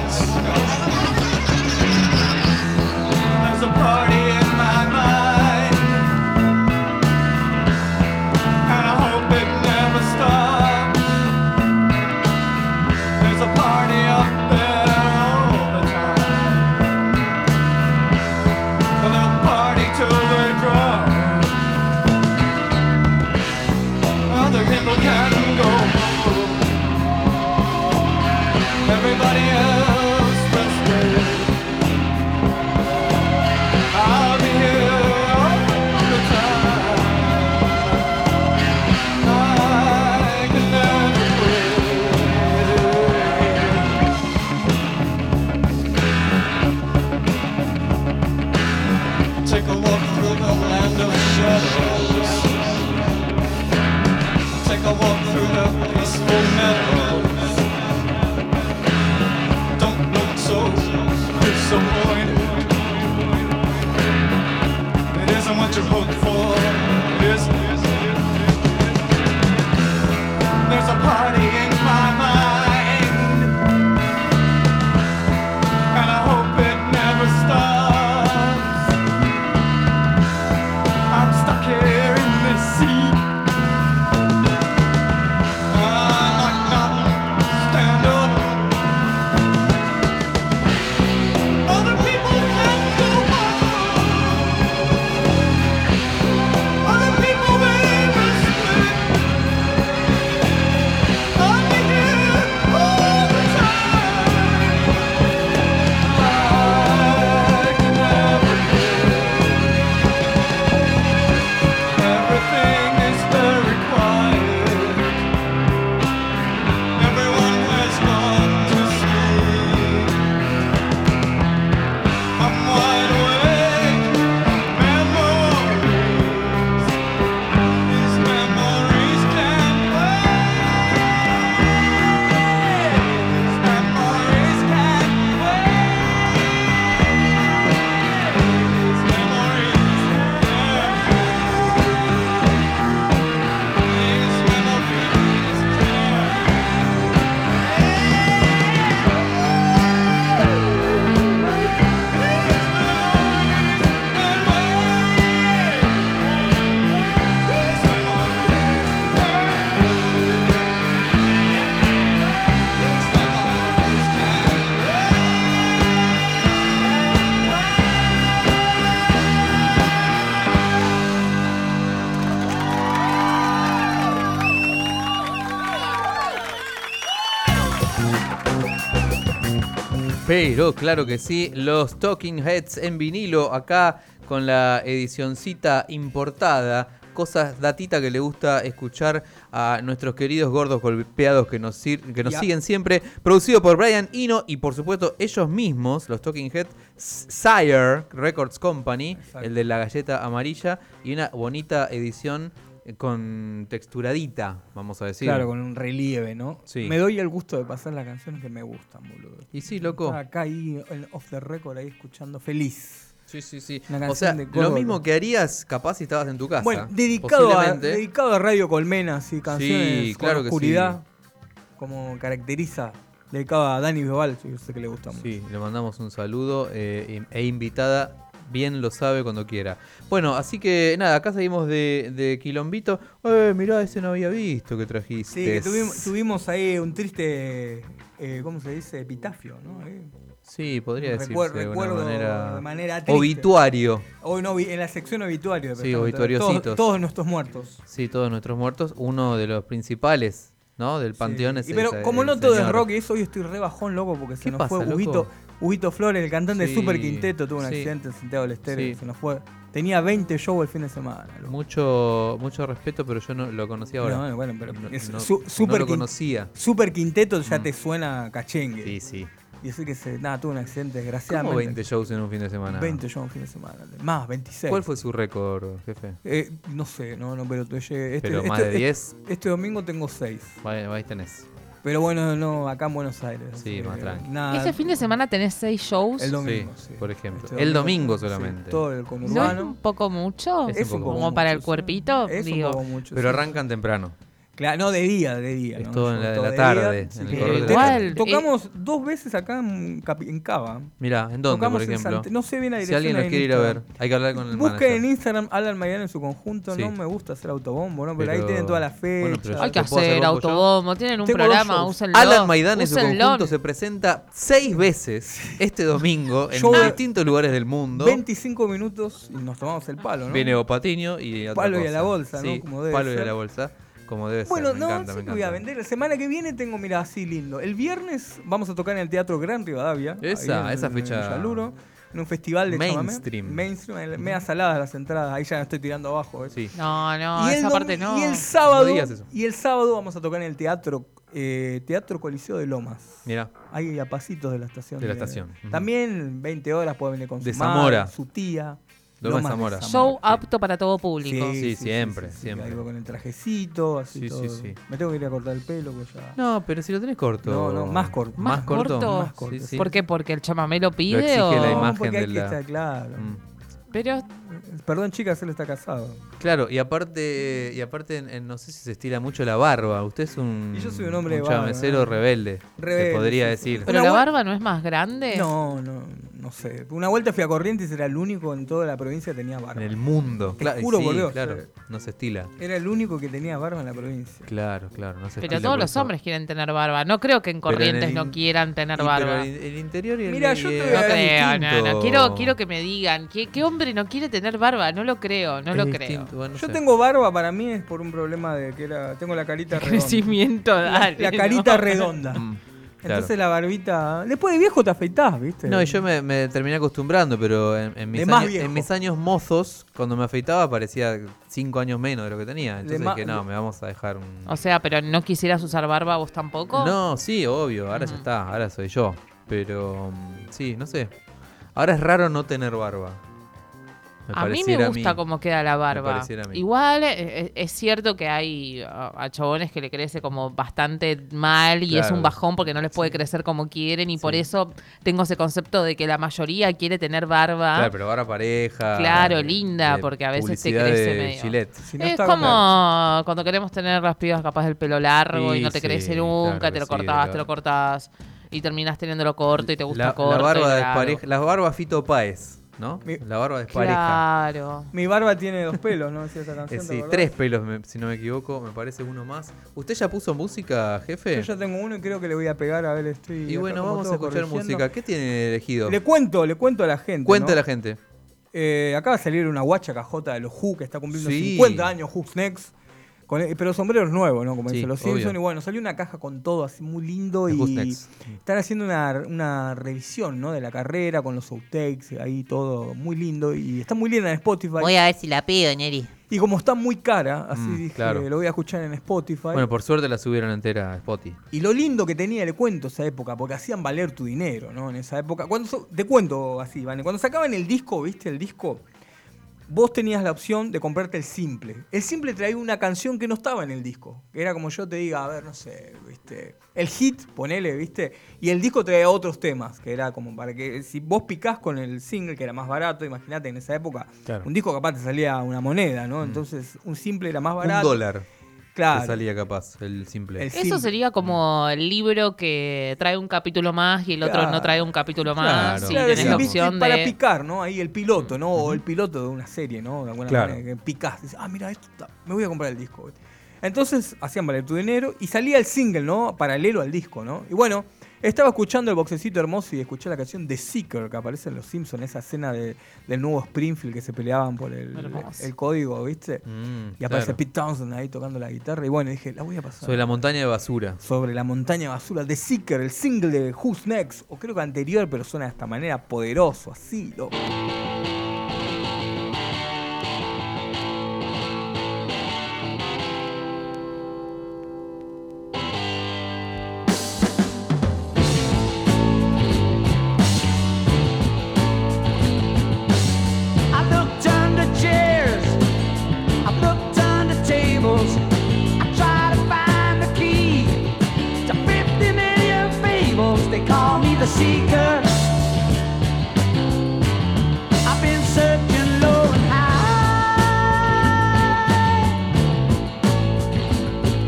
Speaker 2: Pero claro que sí, los Talking Heads en vinilo acá con la edicioncita importada. Cosas, datita que le gusta escuchar a nuestros queridos gordos golpeados que nos, sir- que nos
Speaker 4: Ya.
Speaker 2: siguen siempre. Producido por Brian Eno y por supuesto ellos mismos, los Talking Heads, S- Sire Records Company, el de la galleta amarilla. Y una bonita edición eh, con texturadita, vamos a decir.
Speaker 4: Claro, con un relieve, ¿no?
Speaker 2: Sí.
Speaker 4: Me doy el gusto de pasar las canciones que me gustan, boludo.
Speaker 2: Y sí, loco.
Speaker 4: Acá ahí, en off the record, ahí escuchando feliz.
Speaker 2: Sí, sí, sí.
Speaker 4: Una
Speaker 2: O
Speaker 4: canción
Speaker 2: sea,
Speaker 4: de
Speaker 2: lo
Speaker 4: Gordo.
Speaker 2: mismo que harías capaz si estabas en tu casa.
Speaker 4: Bueno, dedicado a,
Speaker 2: Posiblemente.
Speaker 4: dedicado a Radio Colmenas y canciones
Speaker 2: Sí,
Speaker 4: con
Speaker 2: claro que
Speaker 4: oscuridad, como caracteriza. Dedicado a Dani Bebal, yo sé que le gusta mucho.
Speaker 2: Sí, le mandamos un saludo eh, e invitada. Bien lo sabe cuando quiera. Bueno, así que nada, acá seguimos de, de Quilombito. Eh, mirá, ese no había visto que trajiste.
Speaker 4: Sí, que tuvimos, tuvimos ahí un triste, eh, ¿cómo se dice? Epitafio, ¿no? Ahí.
Speaker 2: Sí, podría
Speaker 4: Un
Speaker 2: decirse
Speaker 4: recuer-
Speaker 2: de una
Speaker 4: recuerdo
Speaker 2: manera.
Speaker 4: de manera triste.
Speaker 2: obituario.
Speaker 4: Hoy no, vi- en la sección obituario.
Speaker 2: Sí,
Speaker 4: pensamos,
Speaker 2: obituariositos.
Speaker 4: Todos, todos nuestros muertos.
Speaker 2: Sí, todos nuestros muertos. Uno de los principales, ¿no? Del panteón es
Speaker 4: Y pero
Speaker 2: ese,
Speaker 4: como
Speaker 2: el
Speaker 4: no todo es
Speaker 2: señor.
Speaker 4: rock, y eso hoy estoy rebajón, loco, porque se nos
Speaker 2: pasa,
Speaker 4: fue
Speaker 2: loco?
Speaker 4: Huguito, Huguito Flores, el cantante
Speaker 2: Sí,
Speaker 4: de Super Quinteto, tuvo un
Speaker 2: sí.
Speaker 4: accidente en Santiago del Estero y
Speaker 2: Sí.
Speaker 4: se nos fue. Tenía 20 shows el fin de semana. loco.
Speaker 2: Mucho, mucho respeto, pero yo no lo conocía ahora.
Speaker 4: No, bueno, pero
Speaker 2: No-
Speaker 4: es
Speaker 2: no-
Speaker 4: su-
Speaker 2: no
Speaker 4: super,
Speaker 2: lo
Speaker 4: Quin-
Speaker 2: conocía.
Speaker 4: super Quinteto ya te suena cachengue.
Speaker 2: Sí, sí.
Speaker 4: Y eso que se, nada, tuvo un accidente
Speaker 2: ¿Cómo
Speaker 4: desgraciadamente.
Speaker 2: 20 shows en un fin de semana?
Speaker 4: 20 shows en fin de semana. Más, 26.
Speaker 2: ¿Cuál fue su récord, jefe?
Speaker 4: Eh, no sé, no, no, pero te llegué. Este,
Speaker 2: Pero más
Speaker 4: este-
Speaker 2: de 10.
Speaker 4: Este domingo tengo 6.
Speaker 2: Ahí, ahí tenés.
Speaker 4: Pero bueno, no, acá en Buenos Aires.
Speaker 2: Sí,
Speaker 4: así
Speaker 2: más
Speaker 4: que
Speaker 2: tranqui.
Speaker 4: Nada,
Speaker 3: Ese ¿Este fin de semana tenés seis shows.
Speaker 4: el domingo.
Speaker 2: Sí,
Speaker 4: sí.
Speaker 2: por ejemplo.
Speaker 4: Este
Speaker 2: el domingo
Speaker 4: domingo,
Speaker 2: solamente.
Speaker 4: sí, todo el
Speaker 3: ¿No es
Speaker 4: conurbano.
Speaker 3: un poco mucho?
Speaker 2: Es un poco
Speaker 3: Como
Speaker 2: mucho,
Speaker 3: para el
Speaker 4: sí.
Speaker 3: cuerpito,
Speaker 4: Es un
Speaker 3: digo.
Speaker 4: poco mucho,
Speaker 2: Pero
Speaker 4: sí.
Speaker 2: arrancan temprano.
Speaker 4: Claro, no, de día, de día.
Speaker 2: Es
Speaker 4: ¿no?
Speaker 2: todo en
Speaker 4: Son
Speaker 2: la- de la
Speaker 4: de
Speaker 2: tarde,
Speaker 4: sí,
Speaker 2: en el
Speaker 4: que-
Speaker 2: corredor de la
Speaker 4: tenemos-
Speaker 3: tarde.
Speaker 4: Tocamos dos veces acá en, Capi- en Cava.
Speaker 2: Mirá, ¿en dónde, por
Speaker 4: Tocamos en
Speaker 2: ejemplo?
Speaker 4: Sant- no sé bien la
Speaker 2: Si alguien
Speaker 4: dirección,
Speaker 2: los
Speaker 4: ahí en
Speaker 2: quiere ir a ver,
Speaker 4: Instagram.
Speaker 2: hay que hablar con el
Speaker 4: Busquen
Speaker 2: manager.
Speaker 4: en Instagram Alan Mariano en su conjunto.
Speaker 2: Sí.
Speaker 4: No me gusta hacer autobombo, ¿no? Pero,
Speaker 2: Pero-
Speaker 4: ahí tienen toda la fecha.
Speaker 2: Bueno, pero yo
Speaker 3: Hay que
Speaker 2: ¿Te puedo hacer
Speaker 3: hacer
Speaker 2: bombo yo?
Speaker 3: autobombo. Tienen un
Speaker 4: Tengo dos
Speaker 3: programa,
Speaker 4: shows.
Speaker 3: úsenlo.
Speaker 2: Alan Maidán en su
Speaker 3: úsenlo.
Speaker 2: conjunto se presenta seis veces este domingo en
Speaker 4: Yo-
Speaker 2: distintos lugares del mundo.
Speaker 4: 25 minutos y nos tomamos el palo, ¿no?
Speaker 2: Viene o Patiño y otra
Speaker 4: Palo y a
Speaker 2: cosa.
Speaker 4: la bolsa, ¿no?
Speaker 2: Sí,
Speaker 4: Como debe
Speaker 2: palo y a
Speaker 4: ser.
Speaker 2: la bolsa, como debe
Speaker 4: Bueno,
Speaker 2: ser. Me
Speaker 4: no,
Speaker 2: encanta,
Speaker 4: sí
Speaker 2: me
Speaker 4: que voy a
Speaker 2: encanta.
Speaker 4: vender. La semana que viene tengo, mira, así lindo. El viernes vamos a tocar en el Teatro Gran Rivadavia.
Speaker 2: Esa,
Speaker 4: ahí en-
Speaker 2: esa fecha.
Speaker 4: En, Villaluro, en un festival de chamamé.
Speaker 2: Mainstream.
Speaker 4: Mainstream, el- media saladas las entradas. Ahí ya estoy tirando abajo. ¿ves?
Speaker 2: Sí.
Speaker 3: No, no,
Speaker 4: y el
Speaker 3: esa
Speaker 4: dom-
Speaker 3: parte no.
Speaker 4: Y el sábado,
Speaker 2: No digas eso.
Speaker 4: y el sábado vamos a tocar en el Teatro, eh, teatro Coliseo de Lomas.
Speaker 2: Mirá,
Speaker 4: Ahí a pasitos de la estación.
Speaker 2: De la estación, ujú.
Speaker 4: También 20 horas puede venir con
Speaker 2: De
Speaker 4: su
Speaker 2: Zamora.
Speaker 4: madre, su tía.
Speaker 2: Lomas
Speaker 4: de
Speaker 2: Zamora.
Speaker 3: Show
Speaker 4: sí.
Speaker 3: apto para todo público.
Speaker 2: Sí, siempre, siempre.
Speaker 4: Ahí va con el trajecito, así
Speaker 2: Sí, sí,
Speaker 4: todo.
Speaker 2: sí.
Speaker 4: Me tengo que ir a cortar el pelo, pues ya.
Speaker 2: No, pero si lo tenés corto.
Speaker 4: No, no, más corto.
Speaker 2: ¿Más,
Speaker 3: ¿Más
Speaker 2: corto?
Speaker 3: corto?
Speaker 2: Más corto.
Speaker 4: Sí, sí.
Speaker 3: ¿Por qué? ¿Porque el chamamé lo pide
Speaker 2: exige
Speaker 3: o...?
Speaker 2: la
Speaker 4: No,
Speaker 2: imagen
Speaker 4: porque
Speaker 2: de
Speaker 4: hay que
Speaker 2: la-
Speaker 4: estar claro. Eh,
Speaker 2: Mm.
Speaker 3: Pero
Speaker 4: Perdón, chicas, él está casado.
Speaker 2: Claro, y aparte, y aparte en- en- no sé si se estira mucho la barba. Usted es un,
Speaker 4: Y yo soy un hombre de barba,
Speaker 2: chamecero
Speaker 4: ¿no?
Speaker 2: rebelde,
Speaker 4: Rebelde,
Speaker 2: se podría
Speaker 4: sí,
Speaker 2: decir.
Speaker 4: sí.
Speaker 3: ¿Pero
Speaker 4: Una
Speaker 3: la
Speaker 4: bu-
Speaker 3: barba no es más grande?
Speaker 4: No, no, no sé. Una vuelta fui a Corrientes, era el único en toda la provincia que tenía barba.
Speaker 2: En el mundo.
Speaker 4: Te
Speaker 2: Claro, y
Speaker 4: juro por
Speaker 2: sí,
Speaker 4: Dios,
Speaker 2: claro,
Speaker 4: sí.
Speaker 2: no se estila.
Speaker 4: Era el único que tenía barba en la provincia.
Speaker 2: Claro, claro, no se estila
Speaker 3: Pero todos
Speaker 2: por
Speaker 3: los
Speaker 2: eso.
Speaker 3: hombres quieren tener barba. No creo que en
Speaker 2: Pero en
Speaker 3: Corrientes
Speaker 2: el in-
Speaker 3: no quieran tener
Speaker 2: Y,
Speaker 3: barba.
Speaker 2: Pero el, el interior y el
Speaker 4: Mira, yo
Speaker 2: y
Speaker 4: te
Speaker 2: el-
Speaker 4: voy
Speaker 3: No
Speaker 4: a
Speaker 2: es
Speaker 4: dar
Speaker 3: creo, no,
Speaker 2: distinto.
Speaker 3: no. Quiero, quiero que me digan. ¿qué, qué hombre no quiere tener barba? No lo creo, no
Speaker 2: Es
Speaker 3: lo creo.
Speaker 2: distinto, bueno, no
Speaker 4: Yo
Speaker 2: sé. Mm,
Speaker 4: tengo barba, para mí es por un problema de que era, tengo la carita redonda.
Speaker 3: Crecimiento,
Speaker 4: La,
Speaker 3: dale.
Speaker 4: la carita
Speaker 3: ¿no?
Speaker 4: redonda.
Speaker 2: Mm, claro.
Speaker 4: Entonces la barbita. Después de viejo te afeitás, ¿viste?
Speaker 2: No, y yo me, me terminé acostumbrando, pero en, en mis
Speaker 4: De Este, más
Speaker 2: años,
Speaker 4: viejo.
Speaker 2: en mis años mozos, cuando me afeitaba, parecía cinco años menos de lo que tenía. Entonces
Speaker 4: ma-
Speaker 2: dije, no, me vamos a dejar un...
Speaker 3: O sea, pero ¿no quisieras usar barba vos tampoco?
Speaker 2: No, sí, obvio, ahora ya está, ahora soy yo. Pero mm, sí, no sé. Ahora es raro no tener barba.
Speaker 3: a mí me
Speaker 2: pareciera
Speaker 3: gusta cómo queda la barba.
Speaker 2: pareciera a mí.
Speaker 3: Igual eh, eh, es cierto que hay a a chabones que le crece como bastante mal y es
Speaker 2: Claro.
Speaker 3: un bajón porque no les puede crecer como quieren y por eso tengo ese concepto de que la mayoría quiere tener barba.
Speaker 2: Claro, pero ahora pareja.
Speaker 3: ¿ah? Claro,
Speaker 2: de-
Speaker 3: linda,
Speaker 2: de
Speaker 3: porque a veces te
Speaker 2: publicidad
Speaker 3: crece
Speaker 2: de
Speaker 3: medio.
Speaker 2: Gillette.
Speaker 4: Si no
Speaker 3: es
Speaker 4: está
Speaker 3: como
Speaker 4: barba-
Speaker 3: cuando queremos tener las pibas capaz del pelo largo
Speaker 2: Sí,
Speaker 3: y no te
Speaker 2: sí,
Speaker 3: crece nunca,
Speaker 2: claro
Speaker 3: te lo
Speaker 2: que sí,
Speaker 3: cortabas,
Speaker 2: claro.
Speaker 3: te lo cortabas y terminas teniéndolo corto y te gusta
Speaker 2: La,
Speaker 3: corto.
Speaker 2: la barba
Speaker 3: y
Speaker 2: de
Speaker 3: largo.
Speaker 2: pareja, la barba Fito Páez, ¿no?
Speaker 4: Mi-
Speaker 2: La barba de pareja.
Speaker 3: Claro.
Speaker 4: Mi barba tiene dos pelos, ¿no? Decía esa
Speaker 2: Eh,
Speaker 4: canción, ¿te
Speaker 2: sí,
Speaker 4: acordás?
Speaker 2: tres pelos, me- si no me equivoco, me parece uno más. ¿Usted ya puso música, jefe?
Speaker 4: Yo ya tengo uno y creo que le voy a pegar a ver estoy.
Speaker 2: y
Speaker 4: acá
Speaker 2: bueno,
Speaker 4: como
Speaker 2: vamos a
Speaker 4: todo
Speaker 2: escuchar
Speaker 4: corrigiendo.
Speaker 2: música. ¿Qué tiene elegido?
Speaker 4: Le cuento, le cuento a la gente.
Speaker 2: Cuenta
Speaker 4: ¿no?
Speaker 2: la gente.
Speaker 4: Eh, acaba de salir una guacha cajota de los Who que está cumpliendo
Speaker 2: Sí.
Speaker 4: 50 años, Who's Next. Con- eh, pero sombreros nuevos, ¿no? Como
Speaker 2: Sí,
Speaker 4: dicen los
Speaker 2: obvio.
Speaker 4: Simpsons. Y bueno, salió una caja con todo, así muy lindo.
Speaker 2: The Who's
Speaker 4: Y
Speaker 2: Next.
Speaker 4: están haciendo una, una revisión, ¿no? De la carrera, con los outtakes, ahí todo muy lindo. Y está muy linda en Spotify.
Speaker 10: Voy a ver si la pido, Neri.
Speaker 4: Y como está muy cara, así
Speaker 2: Mm,
Speaker 4: dije,
Speaker 2: claro.
Speaker 4: lo voy a escuchar en Spotify.
Speaker 2: Bueno, por suerte la subieron entera a Spotify.
Speaker 4: Y lo lindo que tenía el cuento esa época, porque hacían valer tu dinero, ¿no? En esa época. Cuando so- te cuento así, Iván. Cuando sacaban el disco, ¿viste? El disco, vos tenías la opción de comprarte el simple. El simple traía una canción que no estaba en el disco. Que era como yo te diga, a ver, no sé, ¿viste? El hit, ponele, ¿viste? Y el disco traía otros temas, que era como para que. Si vos picás con el single, que era más barato, imagínate en esa época.
Speaker 2: Claro. Mm.
Speaker 4: Un disco capaz te salía una moneda, ¿no? Entonces, un simple era más
Speaker 2: Un
Speaker 4: barato.
Speaker 2: dólar.
Speaker 4: Claro.
Speaker 2: Te salía capaz, el simple.
Speaker 4: El
Speaker 3: Eso sería como el libro que trae un capítulo más y el otro
Speaker 4: Claro.
Speaker 3: no trae un capítulo más.
Speaker 2: Claro.
Speaker 3: Y
Speaker 2: Claro,
Speaker 3: tenés
Speaker 2: sí,
Speaker 3: la
Speaker 4: viste,
Speaker 3: opción
Speaker 4: para
Speaker 3: de.
Speaker 4: picar, ¿no? Ahí el piloto, ¿no? O el piloto de una serie, ¿no? De alguna
Speaker 2: Claro.
Speaker 4: manera que picás, dices, ah, mira, esto está- me voy a comprar el disco. Entonces hacían valer tu dinero y salía el single, ¿no? Paralelo al disco, ¿no? Y bueno, estaba escuchando el boxecito hermoso y escuché la canción The Seeker que aparece en Los Simpsons, esa escena de- del nuevo Springfield que se peleaban por el,
Speaker 3: Hermoso.
Speaker 4: el código, ¿viste?
Speaker 2: Mm,
Speaker 4: y aparece
Speaker 2: claro.
Speaker 4: Pete Townsend ahí tocando la guitarra y bueno, dije, la voy a pasar.
Speaker 2: Sobre la montaña de basura.
Speaker 4: Sobre la montaña basura de Seeker, el single de Who's Next, o creo que anterior, pero suena de esta manera poderoso, así, loco.
Speaker 9: I've looked under chairs, I've looked under tables, I try to find the key to 50 million fables. They call me the seeker. I've been searching low and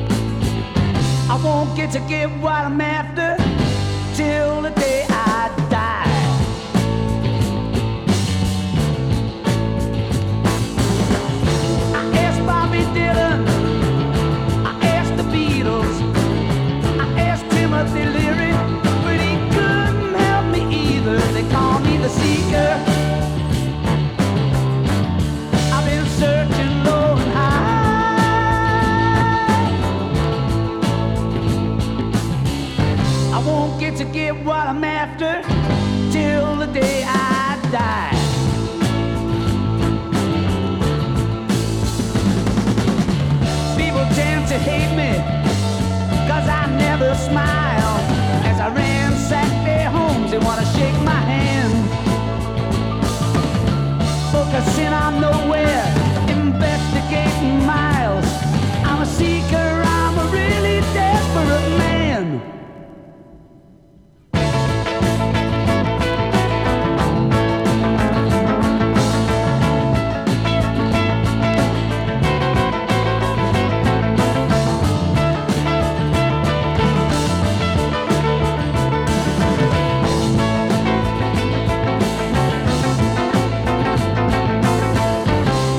Speaker 9: high. I won't get to get what I'm after till the day I die. I asked Bobby Dylan. I asked the Beatles. I asked Timothy Leary, but he couldn't help me either. They call me the seeker. I've been searching low and high. I won't get to get what I'm after till the day I die. People tend to hate me Cause I never smile As I ransack their homes They wanna shake my hand Focusing on nowhere Investigating miles I'm a seeker I'm a really desperate man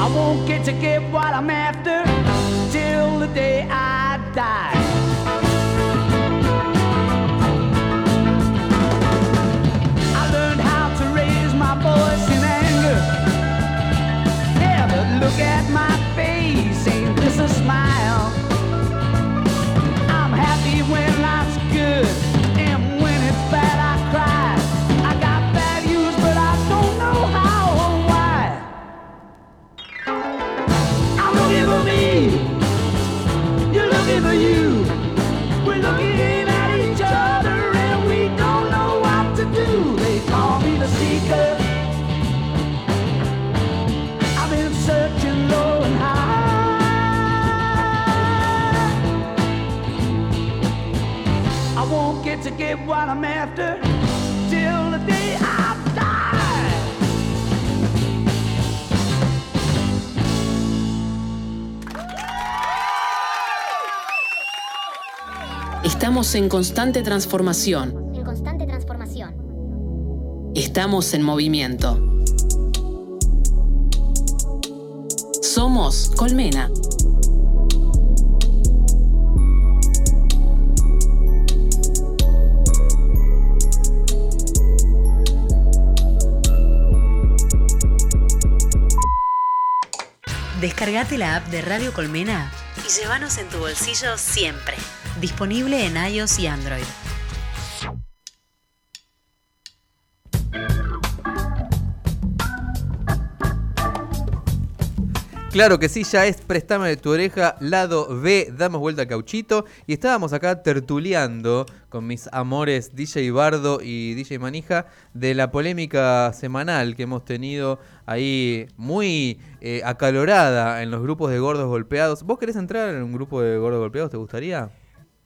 Speaker 9: I won't get to get what I'm after till the day I die. I learned how to raise my voice in anger. Yeah, but look at my face, ain't this a smile? I'm happy when life's good, and when it's bad, I cry. I got values, but I don't know how or why. I'm looking for me. You're looking for you. We're looking at each other and we don't know what to do. They call me the seeker. I've been searching low and high. I won't get to get what I'm after till the day I die.
Speaker 11: Estamos en constante transformación.
Speaker 12: En constante transformación.
Speaker 11: Estamos en movimiento. Somos Colmena.
Speaker 13: Descargate la app de Radio Colmena y llévanos en tu bolsillo siempre. Disponible en iOS y Android.
Speaker 2: Claro que sí, ya es Préstame de tu oreja, lado B, damos vuelta al cauchito. Y estábamos acá tertuleando con mis amores DJ Bardo y DJ Manija de la polémica semanal que hemos tenido ahí muy eh, acalorada en los grupos de gordos golpeados. ¿Vos querés entrar en un grupo de gordos golpeados? ¿Te gustaría?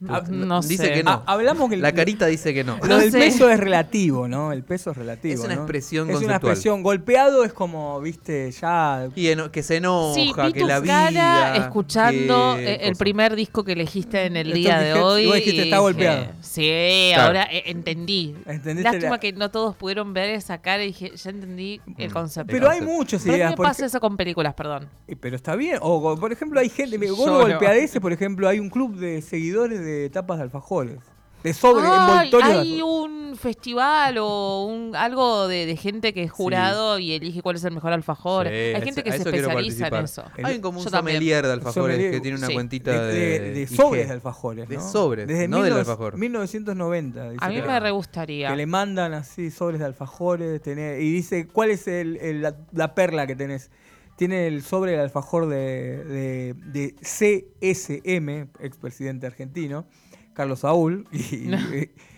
Speaker 4: Ah, no
Speaker 2: dice
Speaker 4: sé.
Speaker 2: que no.
Speaker 4: Ah, hablamos que el-
Speaker 2: la carita dice que no.
Speaker 4: Lo del peso es relativo, ¿no? El peso es relativo.
Speaker 2: Es una
Speaker 4: ¿no?
Speaker 2: expresión
Speaker 4: Es una
Speaker 2: conceptual.
Speaker 4: expresión. Golpeado es como, viste, ya.
Speaker 2: Y eno- que se enoja,
Speaker 3: Sí, vi
Speaker 2: que
Speaker 3: tu
Speaker 2: la
Speaker 3: cara
Speaker 2: vida.
Speaker 3: escuchando
Speaker 2: que
Speaker 3: eh, el
Speaker 2: cosa.
Speaker 3: primer disco que elegiste en el
Speaker 4: Entonces
Speaker 3: día de
Speaker 4: dijiste-
Speaker 3: hoy.
Speaker 4: y vos dijiste,
Speaker 3: y
Speaker 4: "Está
Speaker 3: dije,
Speaker 4: golpeado".
Speaker 3: Sí,
Speaker 4: Claro.
Speaker 3: ahora eh, entendí.
Speaker 4: ¿Entendiste
Speaker 3: Lástima
Speaker 4: la-
Speaker 3: que no todos pudieron ver esa cara y dije, ya entendí el concepto.
Speaker 4: Pero hay muchas
Speaker 3: Pero
Speaker 4: ideas,
Speaker 3: me
Speaker 4: porque-
Speaker 3: pasa eso con películas, perdón.
Speaker 4: Eh, Pero está bien. O, go- por ejemplo, hay gente.
Speaker 3: Solo.
Speaker 4: Gordo golpeadese, por ejemplo, hay un club de seguidores de tapas de alfajores. De sobre,
Speaker 3: Ah,
Speaker 4: envoltorios. de
Speaker 3: hay un festival o un algo de, de gente que es jurado y elige cuál es el mejor alfajor.
Speaker 2: Sí,
Speaker 3: Hay
Speaker 2: a
Speaker 3: gente
Speaker 2: ese-
Speaker 3: que
Speaker 2: a
Speaker 3: se
Speaker 2: eso quiero
Speaker 3: especializa en eso.
Speaker 2: participar. Hay como un
Speaker 3: Yo también.
Speaker 2: sommelier de alfajores
Speaker 4: Sommelier,
Speaker 2: que tiene una
Speaker 4: sí.
Speaker 2: cuentita de,
Speaker 4: de, de
Speaker 2: IG.
Speaker 4: sobres de alfajores.
Speaker 2: De
Speaker 4: ¿no?
Speaker 2: sobres,
Speaker 4: Desde
Speaker 2: no del
Speaker 4: 19-
Speaker 2: alfajor.
Speaker 4: 1990. dice
Speaker 3: A mí
Speaker 4: que-
Speaker 3: me re gustaría.
Speaker 4: Que le mandan así sobres de alfajores. tener- y dice, ¿cuál es el- el- la, la perla que tenés? Tiene el sobre del alfajor de, de- de CSM, expresidente argentino, Carlos Saúl, y, y-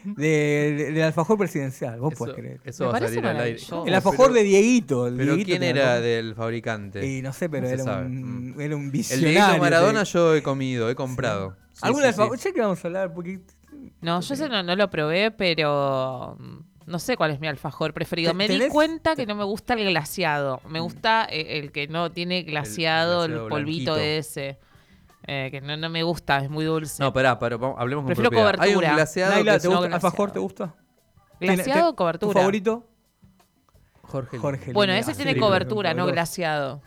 Speaker 4: de- de- del alfajor presidencial. Vos podés creer.
Speaker 2: Eso va a salir al aire.
Speaker 4: El alfajor de Dieguito. el
Speaker 2: Pero
Speaker 4: Dieguito
Speaker 2: ¿quién
Speaker 4: tiene
Speaker 2: era
Speaker 4: alfajor.
Speaker 2: del fabricante?
Speaker 4: Y eh. no sé, pero
Speaker 2: se
Speaker 4: era,
Speaker 2: sabe. Mm.
Speaker 4: un, Mm. era un
Speaker 2: El
Speaker 4: visionario.
Speaker 2: Dieguito Maradona
Speaker 4: Sí.
Speaker 2: yo he comido, he comprado. Sí,
Speaker 4: ¿Algún
Speaker 2: sí,
Speaker 4: alfajor?
Speaker 2: sí.
Speaker 4: Ya que vamos a hablar, porque
Speaker 3: No, yo ese no, no lo probé, pero mm, no sé cuál es mi alfajor preferido.
Speaker 4: Te-
Speaker 3: Me di
Speaker 4: tenés-
Speaker 3: cuenta que no me gusta el glaciado.
Speaker 2: Mm.
Speaker 3: Me gusta eh, el que no tiene glaciado, el,
Speaker 2: glaseado
Speaker 3: polvito
Speaker 2: blanquito.
Speaker 3: ese. Eh, que no, no me gusta, es muy dulce.
Speaker 2: No, pará, pará, vamos- hablemos con
Speaker 3: Prefiero
Speaker 2: propiedad. Hay un
Speaker 3: cobertura.
Speaker 2: glaseado
Speaker 3: Naila,
Speaker 2: que
Speaker 3: ¿te
Speaker 2: es-
Speaker 3: gusta- No,
Speaker 4: alfajor te gusta.
Speaker 3: ¿Glaseado
Speaker 4: Tiene- te-
Speaker 3: o cobertura?
Speaker 4: ¿Tu favorito?
Speaker 2: Jorge.
Speaker 4: Jorge
Speaker 3: bueno,
Speaker 4: Lima, Ah,
Speaker 3: ese
Speaker 4: sí,
Speaker 3: tiene
Speaker 4: sí,
Speaker 3: cobertura, no
Speaker 4: fabuloso.
Speaker 3: glaciado.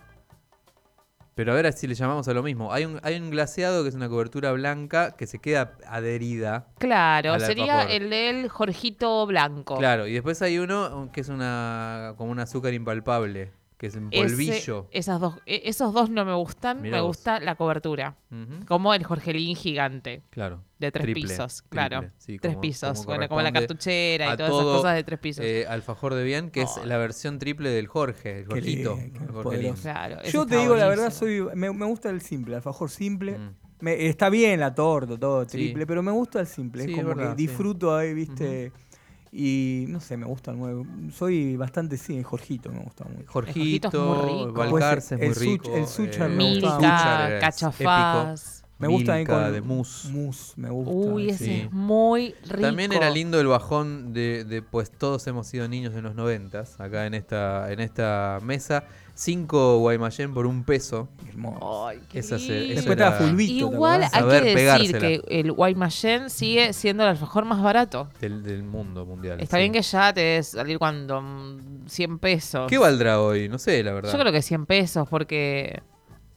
Speaker 2: Pero a ver si le llamamos a lo mismo. Hay un, hay un glaseado que es una cobertura blanca que se queda adherida.
Speaker 3: Claro,
Speaker 2: al
Speaker 3: sería
Speaker 2: alfajor.
Speaker 3: el del Jorgito Blanco.
Speaker 2: Claro, y después hay uno que es una como un azúcar impalpable, que es en
Speaker 3: Ese-
Speaker 2: polvillo.
Speaker 3: esas dos, e- esos dos no me gustan,
Speaker 2: Mirá
Speaker 3: me
Speaker 2: vos.
Speaker 3: gusta la cobertura.
Speaker 2: Ujú.
Speaker 3: Como el Jorgelín gigante.
Speaker 2: Claro.
Speaker 3: De tres
Speaker 2: triple,
Speaker 3: pisos,
Speaker 2: triple,
Speaker 3: claro.
Speaker 2: sí,
Speaker 3: tres
Speaker 2: como-
Speaker 3: pisos.
Speaker 2: como
Speaker 3: bueno, como la
Speaker 2: corresponde
Speaker 3: cartuchera
Speaker 2: a
Speaker 3: y todas esas
Speaker 2: todo,
Speaker 3: cosas de tres pisos.
Speaker 2: eh, alfajor de bien, que es la versión triple del Jorge, el
Speaker 4: Qué lindo,
Speaker 2: Jorgito.
Speaker 4: qué
Speaker 2: el Jorgelín.
Speaker 4: poderoso.
Speaker 3: Claro, ese
Speaker 4: Yo te
Speaker 3: está
Speaker 4: digo la verdad, soy me, me gusta el simple, alfajor simple.
Speaker 2: Mm.
Speaker 4: Me- está bien la torta, todo
Speaker 2: Sí.
Speaker 4: triple, pero me gusta el simple.
Speaker 2: Sí,
Speaker 4: es
Speaker 2: es
Speaker 4: como
Speaker 2: verdad,
Speaker 4: que
Speaker 2: sí.
Speaker 4: disfruto ahí, viste. Y no sé, me gusta el nuevo. Soy bastante, sí, Jorgito me gusta mucho.
Speaker 2: Jorgito,
Speaker 3: rico.
Speaker 2: Balcarce es muy
Speaker 4: Pues El such-
Speaker 2: rico. eh,
Speaker 4: el suchar me
Speaker 2: el
Speaker 4: gusta.
Speaker 2: suchar
Speaker 3: Milka,
Speaker 2: eh, es
Speaker 3: cachafaz.
Speaker 2: épico.
Speaker 4: Me gusta ahí
Speaker 2: Milka
Speaker 4: con
Speaker 2: de mousse.
Speaker 4: mousse, me gusta.
Speaker 3: Uy, ese
Speaker 2: sí.
Speaker 3: es muy rico.
Speaker 2: También era lindo el bajón de, de, pues todos hemos sido niños en los noventas, acá en esta, en esta mesa. Cinco Guaymallén por un peso.
Speaker 4: Hermoso.
Speaker 3: Ay, qué
Speaker 2: Esa se-
Speaker 3: lindo.
Speaker 2: eso
Speaker 4: Después estaba
Speaker 2: era-
Speaker 4: Fulvito, ¿te
Speaker 3: Oh, Igual
Speaker 4: acordás?
Speaker 3: hay
Speaker 2: Saber
Speaker 3: que decir
Speaker 2: pegársela.
Speaker 3: que el Guaymallén sigue siendo el alfajor más barato.
Speaker 2: Del, del mundo mundial.
Speaker 3: Está
Speaker 2: sí.
Speaker 3: bien que ya te debe salir cuando mm, 100 pesos.
Speaker 2: ¿Qué valdrá hoy? No sé, la verdad.
Speaker 3: Yo creo que 100 pesos porque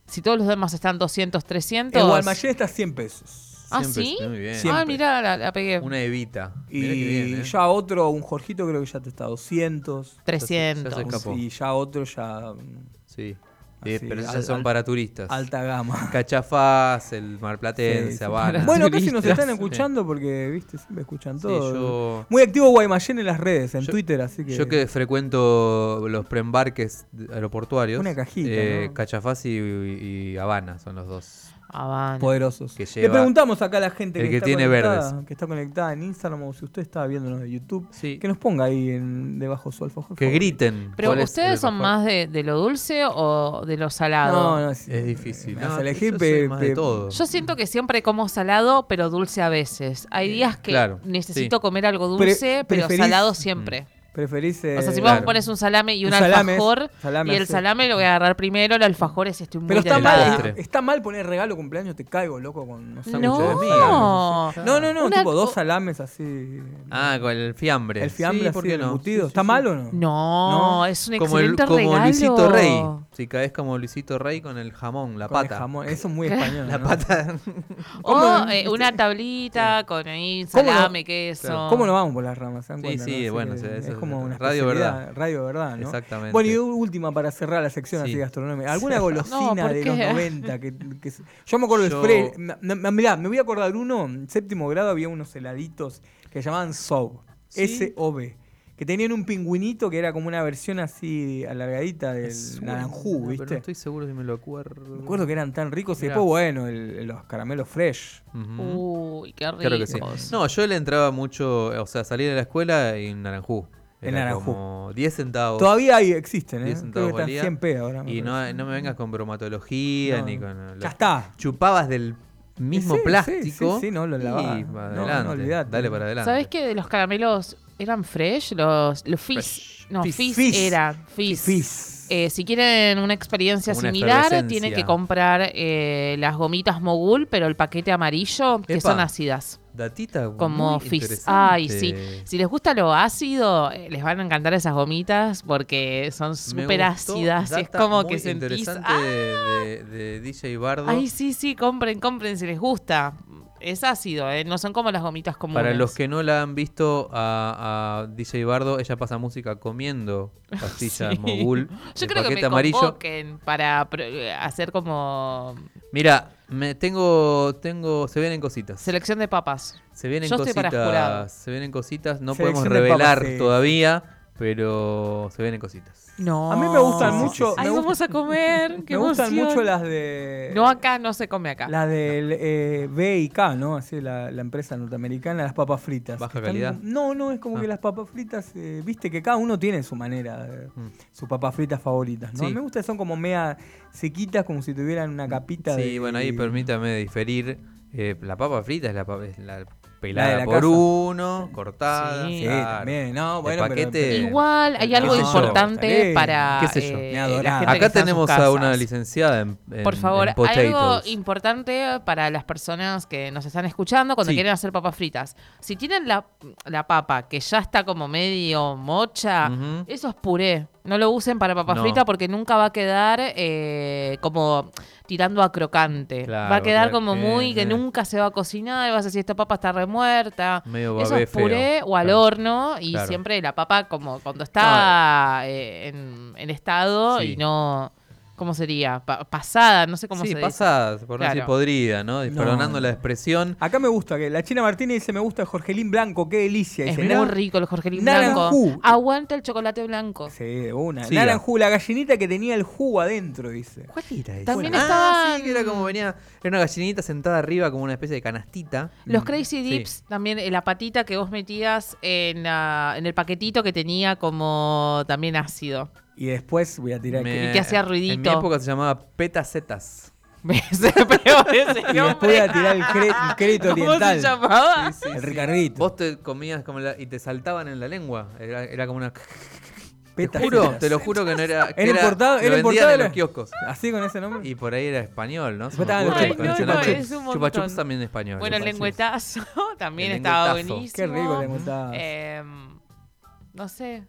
Speaker 3: si todos los demás están 200, 300.
Speaker 4: El Guaymallén está a 100 pesos.
Speaker 3: Ah,
Speaker 2: Siempre
Speaker 3: ¿sí?
Speaker 2: es- muy bien.
Speaker 3: Ah,
Speaker 4: Siempre.
Speaker 3: mirá, la, la pegué.
Speaker 2: Una evita.
Speaker 4: Y
Speaker 2: Mirá qué bien, ¿eh?
Speaker 4: ya otro, un Jorgito creo que ya te está a 200.
Speaker 2: Ya
Speaker 3: 300.
Speaker 2: se escapó.
Speaker 4: Y ya otro ya... mm,
Speaker 2: Sí. Eh,
Speaker 4: Así,
Speaker 2: pero ya
Speaker 4: al-
Speaker 2: son
Speaker 4: al-
Speaker 2: para turistas.
Speaker 4: Alta gama.
Speaker 2: Cachafaz, el marplatense,
Speaker 4: Sí, sí.
Speaker 2: Habana.
Speaker 4: Bueno, casi nos
Speaker 2: Turistas.
Speaker 4: están escuchando porque, viste, siempre escuchan
Speaker 2: Sí,
Speaker 4: todo.
Speaker 2: yo-
Speaker 4: Muy activo Guaymallén en las redes, en
Speaker 2: Yo-
Speaker 4: Twitter, así que...
Speaker 2: Yo que frecuento los preembarques de- aeroportuaarios.
Speaker 4: Una cajita,
Speaker 2: eh,
Speaker 4: ¿no?
Speaker 2: Cachafaz y, y Habana son los dos.
Speaker 3: Habana.
Speaker 4: Poderosos.
Speaker 2: que
Speaker 4: Le
Speaker 2: lleva
Speaker 4: preguntamos acá a la gente
Speaker 2: el
Speaker 4: que,
Speaker 2: que
Speaker 4: está
Speaker 2: tiene
Speaker 4: conectada,
Speaker 2: verdes.
Speaker 4: que está conectada en Instagram o si usted está viéndonos de YouTube,
Speaker 2: Sí.
Speaker 4: que nos ponga ahí en- debajo su alfajor.
Speaker 2: Que
Speaker 4: favorito.
Speaker 2: griten.
Speaker 3: Pero
Speaker 2: ¿Cuál es el
Speaker 4: este
Speaker 3: ustedes son
Speaker 2: mejor?
Speaker 3: más de, de lo dulce o de lo
Speaker 4: No,
Speaker 3: salado.
Speaker 4: no, sí.
Speaker 2: Es difícil.
Speaker 4: Me hace
Speaker 2: No,
Speaker 4: elegir,
Speaker 2: yo soy
Speaker 4: pe-
Speaker 2: más
Speaker 4: pe-
Speaker 2: de todo.
Speaker 3: Yo siento que siempre como salado, pero dulce a veces. Hay días que
Speaker 2: Claro,
Speaker 3: necesito
Speaker 2: sí. Mm.
Speaker 3: comer algo dulce,
Speaker 4: Pre-
Speaker 3: pero
Speaker 4: preferís-
Speaker 3: salado siempre.
Speaker 4: Preferís...
Speaker 3: O sea, si
Speaker 4: eh,
Speaker 3: vos
Speaker 2: claro.
Speaker 3: me pones un salame y un,
Speaker 4: Un salame,
Speaker 3: alfajor,
Speaker 4: salame,
Speaker 3: y el
Speaker 4: sí.
Speaker 3: salame lo voy a agarrar primero, el alfajor es estoy muy
Speaker 4: Pero está
Speaker 2: Del
Speaker 3: delgada.
Speaker 4: mal,
Speaker 2: postre.
Speaker 4: está mal poner regalo cumpleaños, te caigo, loco, con no sé,
Speaker 3: No.
Speaker 4: muchos salames, así. No, no, no,
Speaker 3: Una
Speaker 4: tipo dos
Speaker 3: co-
Speaker 4: salames así.
Speaker 2: Ah, con el fiambre.
Speaker 4: el fiambre
Speaker 2: Sí, ¿por
Speaker 4: así,
Speaker 2: qué no?
Speaker 4: embutido.
Speaker 2: Sí, sí,
Speaker 4: ¿Está
Speaker 2: sí.
Speaker 4: mal o no?
Speaker 3: No,
Speaker 4: No.
Speaker 3: es un
Speaker 2: Como el-
Speaker 3: excelente
Speaker 2: como
Speaker 3: regalo.
Speaker 2: Luisito Rey. Si caes como Luisito Rey con el jamón, la
Speaker 4: Con el
Speaker 2: pata.
Speaker 4: jamón, eso es muy español,
Speaker 2: La
Speaker 4: ¿no?
Speaker 2: pata.
Speaker 3: O eh, una tablita con ahí
Speaker 4: ¿Cómo no?
Speaker 3: salame, queso.
Speaker 4: Claro. ¿Cómo no vamos por las ramas? ¿Se dan
Speaker 2: Sí,
Speaker 4: cuenta,
Speaker 2: sí,
Speaker 4: no?
Speaker 2: bueno,
Speaker 4: Sí,
Speaker 2: sí,
Speaker 4: es,
Speaker 2: eso es
Speaker 4: como una
Speaker 2: radio
Speaker 4: especialidad,
Speaker 2: verdad.
Speaker 4: Radio
Speaker 2: Ah,
Speaker 4: verdad, ¿no?
Speaker 2: Exactamente.
Speaker 4: Bueno, y última para cerrar la sección
Speaker 2: Sí.
Speaker 4: así gastronómica. ¿Alguna
Speaker 2: No,
Speaker 4: golosina
Speaker 2: ¿por
Speaker 4: de
Speaker 2: qué?
Speaker 4: los 90? Que, que se- yo me acuerdo
Speaker 2: Yo-
Speaker 4: de Fre- me- me- Mirá, me voy a acordar uno. En séptimo grado había unos heladitos que llamaban SOB.
Speaker 2: Sí.
Speaker 4: S-O-B. Que tenían un pingüinito que era como una versión así alargadita del
Speaker 2: Seguro,
Speaker 4: naranjú,
Speaker 2: no,
Speaker 4: ¿viste?
Speaker 2: Pero no estoy seguro si me lo acuerdo.
Speaker 4: Me acuerdo que eran tan ricos. Y
Speaker 2: Mirá.
Speaker 4: después, bueno, el- los caramelos fresh. Uh,
Speaker 3: Uy, qué rico.
Speaker 2: Claro que sí. No, yo le entraba mucho, o sea, salía de la escuela en Naranjú.
Speaker 4: En
Speaker 2: Era
Speaker 4: Naranjú.
Speaker 2: Como 10 centavos.
Speaker 4: Todavía hay- existen, ¿eh?
Speaker 2: 10
Speaker 4: Creo que
Speaker 2: centavos
Speaker 4: están
Speaker 2: valía.
Speaker 4: 100 pesos ahora. me
Speaker 2: Y no, no me vengas con bromatología
Speaker 4: No,
Speaker 2: ni
Speaker 4: no.
Speaker 2: con.
Speaker 4: Ya está.
Speaker 2: Chupabas del mismo
Speaker 4: Sí, sí,
Speaker 2: plástico.
Speaker 4: sí, sí, no, lo
Speaker 2: y
Speaker 4: lavabas.
Speaker 2: para
Speaker 4: No, no,
Speaker 2: adelante.
Speaker 4: olvidate.
Speaker 2: Dale para adelante.
Speaker 3: ¿Sabes qué? De los caramelos eran fresh, los, los fizz. No,
Speaker 4: Fizz.
Speaker 3: fizz,
Speaker 4: Fizz.
Speaker 3: era fizz. Eh, si quieren una experiencia
Speaker 2: Como una
Speaker 3: similar,
Speaker 2: efervescencia.
Speaker 3: tienen que comprar eh, las gomitas Mogul, pero el paquete amarillo, que
Speaker 2: Epa.
Speaker 3: son ácidas.
Speaker 2: Datita
Speaker 3: Como
Speaker 2: muy
Speaker 3: fizz.
Speaker 2: interesante.
Speaker 3: Ay, sí. Si les gusta lo ácido, eh, les van a encantar esas gomitas porque son
Speaker 2: Me
Speaker 3: súper
Speaker 2: gustó,
Speaker 3: ácidas. y es
Speaker 2: data
Speaker 3: como
Speaker 2: muy
Speaker 3: que sentís.
Speaker 2: interesante
Speaker 3: ¡Ah!
Speaker 2: de, de DJ Bardo.
Speaker 3: Ay, sí, sí, compren, compren si les gusta. Es ácido, eh, no son como las gomitas comunes.
Speaker 2: Para los que no la han visto a, a DJ Bardo, ella pasa música comiendo pastillas
Speaker 3: Sí.
Speaker 2: mogul.
Speaker 3: Yo
Speaker 2: de
Speaker 3: creo que
Speaker 2: paquete
Speaker 3: me
Speaker 2: amarillo.
Speaker 3: convoquen para pro- eh, hacer como
Speaker 2: Mira, me tengo, tengo, se vienen cositas.
Speaker 3: selección de papas.
Speaker 2: Se vienen
Speaker 3: Yo estoy para jurado.
Speaker 2: cositas. Se vienen cositas. No podemos
Speaker 4: Selección de
Speaker 2: revelar
Speaker 4: papas, sí.
Speaker 2: todavía, pero se vienen cositas.
Speaker 3: No.
Speaker 4: A mí me gustan mucho-
Speaker 3: Ay,
Speaker 4: me gust-
Speaker 3: vamos a comer. qué
Speaker 4: me gustan
Speaker 3: emoción.
Speaker 4: mucho las de.
Speaker 3: No acá, no se come acá.
Speaker 4: La del eh, B y K, ¿no? Así la, la empresa norteamericana, las papas fritas.
Speaker 2: Baja
Speaker 4: que están
Speaker 2: calidad.
Speaker 4: como- no, no, es como
Speaker 2: Ah.
Speaker 4: que las papas fritas, eh, viste que cada uno tiene su manera, eh,
Speaker 2: Mm.
Speaker 4: sus papas fritas favoritas, ¿no?
Speaker 2: Sí.
Speaker 4: Me gustan, son como media sequitas, como si tuvieran una capita de.
Speaker 2: Sí, bueno, ahí permítame diferir. Eh, la papa frita es la, pa- es la pelada
Speaker 4: la
Speaker 2: por
Speaker 4: casa.
Speaker 2: uno, cortada.
Speaker 3: Sí.
Speaker 4: Sí,
Speaker 2: claro.
Speaker 4: también, no,
Speaker 2: El
Speaker 4: bueno, pero-
Speaker 2: paquete-
Speaker 4: pero-
Speaker 3: Igual hay
Speaker 4: No,
Speaker 3: algo
Speaker 4: qué sé yo,
Speaker 3: importante
Speaker 4: está
Speaker 3: para
Speaker 2: qué sé yo.
Speaker 3: eh,
Speaker 4: Me
Speaker 3: la
Speaker 4: adorás.
Speaker 3: gente que
Speaker 2: Acá
Speaker 3: está en sus
Speaker 2: tenemos a una
Speaker 3: casas.
Speaker 2: licenciada en, en-
Speaker 3: Por favor,
Speaker 2: en
Speaker 3: hay algo
Speaker 2: potatoes.
Speaker 3: importante para las personas que nos están escuchando cuando
Speaker 2: Sí.
Speaker 3: quieren hacer papas fritas. Si tienen la, la papa que ya está como medio mocha,
Speaker 2: Ujú.
Speaker 3: eso es puré. No lo usen para papa
Speaker 2: No.
Speaker 3: frita porque nunca va a quedar eh, como tirando a crocante.
Speaker 2: Claro,
Speaker 3: va a quedar
Speaker 2: claro.
Speaker 3: como muy que
Speaker 2: Eh, eh.
Speaker 3: nunca se va a cocinar y vas a decir, esta papa está remuerta.
Speaker 2: Medio
Speaker 3: Eso
Speaker 2: babé
Speaker 3: es puré
Speaker 2: feo.
Speaker 3: o al
Speaker 2: Claro.
Speaker 3: horno y
Speaker 2: Claro.
Speaker 3: siempre la papa como cuando está eh, en, en estado
Speaker 2: Sí.
Speaker 3: y no... ¿Cómo sería? Pa- pasada, no sé cómo
Speaker 2: Sí,
Speaker 3: se dice.
Speaker 2: pasa, por no decir
Speaker 3: Claro.
Speaker 2: podrida, ¿no? Perdonando la expresión.
Speaker 4: Acá me gusta, que la China Martínez dice, me gusta el Jorgelín Blanco, qué delicia.
Speaker 3: Es
Speaker 4: Dice,
Speaker 3: muy
Speaker 4: "Nar-
Speaker 3: rico el Jorgelín
Speaker 4: Naranjú.
Speaker 3: blanco. Aguanta el chocolate blanco.
Speaker 4: Sí, de una.
Speaker 2: Sí,
Speaker 4: Naranjú, la gallinita que tenía el jugo adentro, dice.
Speaker 2: ¿Cuál era esa?
Speaker 3: También mm,
Speaker 2: Ah,
Speaker 3: estaban-
Speaker 2: sí, que era como venía. Era una gallinita sentada arriba, como una especie de canastita.
Speaker 4: Mm,
Speaker 3: Los Crazy
Speaker 2: Sí.
Speaker 3: Dips, también eh, la patita que vos metías en, la- en el paquetito que tenía como también ácido.
Speaker 4: Y después voy a tirar...
Speaker 2: Me-
Speaker 4: que-
Speaker 3: Y que hacía ruidito.
Speaker 2: En mi época se llamaba petacetas.
Speaker 3: Ese peor, ese
Speaker 4: Y después
Speaker 3: nombre.
Speaker 4: voy a tirar el, cre- el crédito
Speaker 3: ¿Cómo
Speaker 4: oriental.
Speaker 3: se llamaba?
Speaker 4: El Ricardito.
Speaker 2: Vos te comías como la- y te saltaban en la lengua. Era, era como una.
Speaker 4: Peta
Speaker 2: te juro,
Speaker 4: Cetas.
Speaker 2: te lo juro que no era. que
Speaker 4: Era importado-
Speaker 2: lo
Speaker 4: era
Speaker 2: vendían
Speaker 4: importado
Speaker 2: en
Speaker 4: de
Speaker 2: los
Speaker 4: la-
Speaker 2: kioscos.
Speaker 4: Así con ese nombre.
Speaker 2: Y por ahí era español, ¿no? Se me
Speaker 4: Después
Speaker 2: ocurre,
Speaker 4: estaban los
Speaker 2: porque
Speaker 4: chupa-
Speaker 3: Ay,
Speaker 4: chupa
Speaker 3: no, no,
Speaker 4: chups.
Speaker 3: es un
Speaker 2: Chupa
Speaker 3: montón.
Speaker 2: chups también español.
Speaker 3: Bueno, el
Speaker 2: Chupa chups.
Speaker 3: lengüetazo también
Speaker 2: El
Speaker 3: estaba
Speaker 2: lengüetazo.
Speaker 3: buenísimo.
Speaker 4: Qué rico le gustaba.
Speaker 3: Eh, no sé.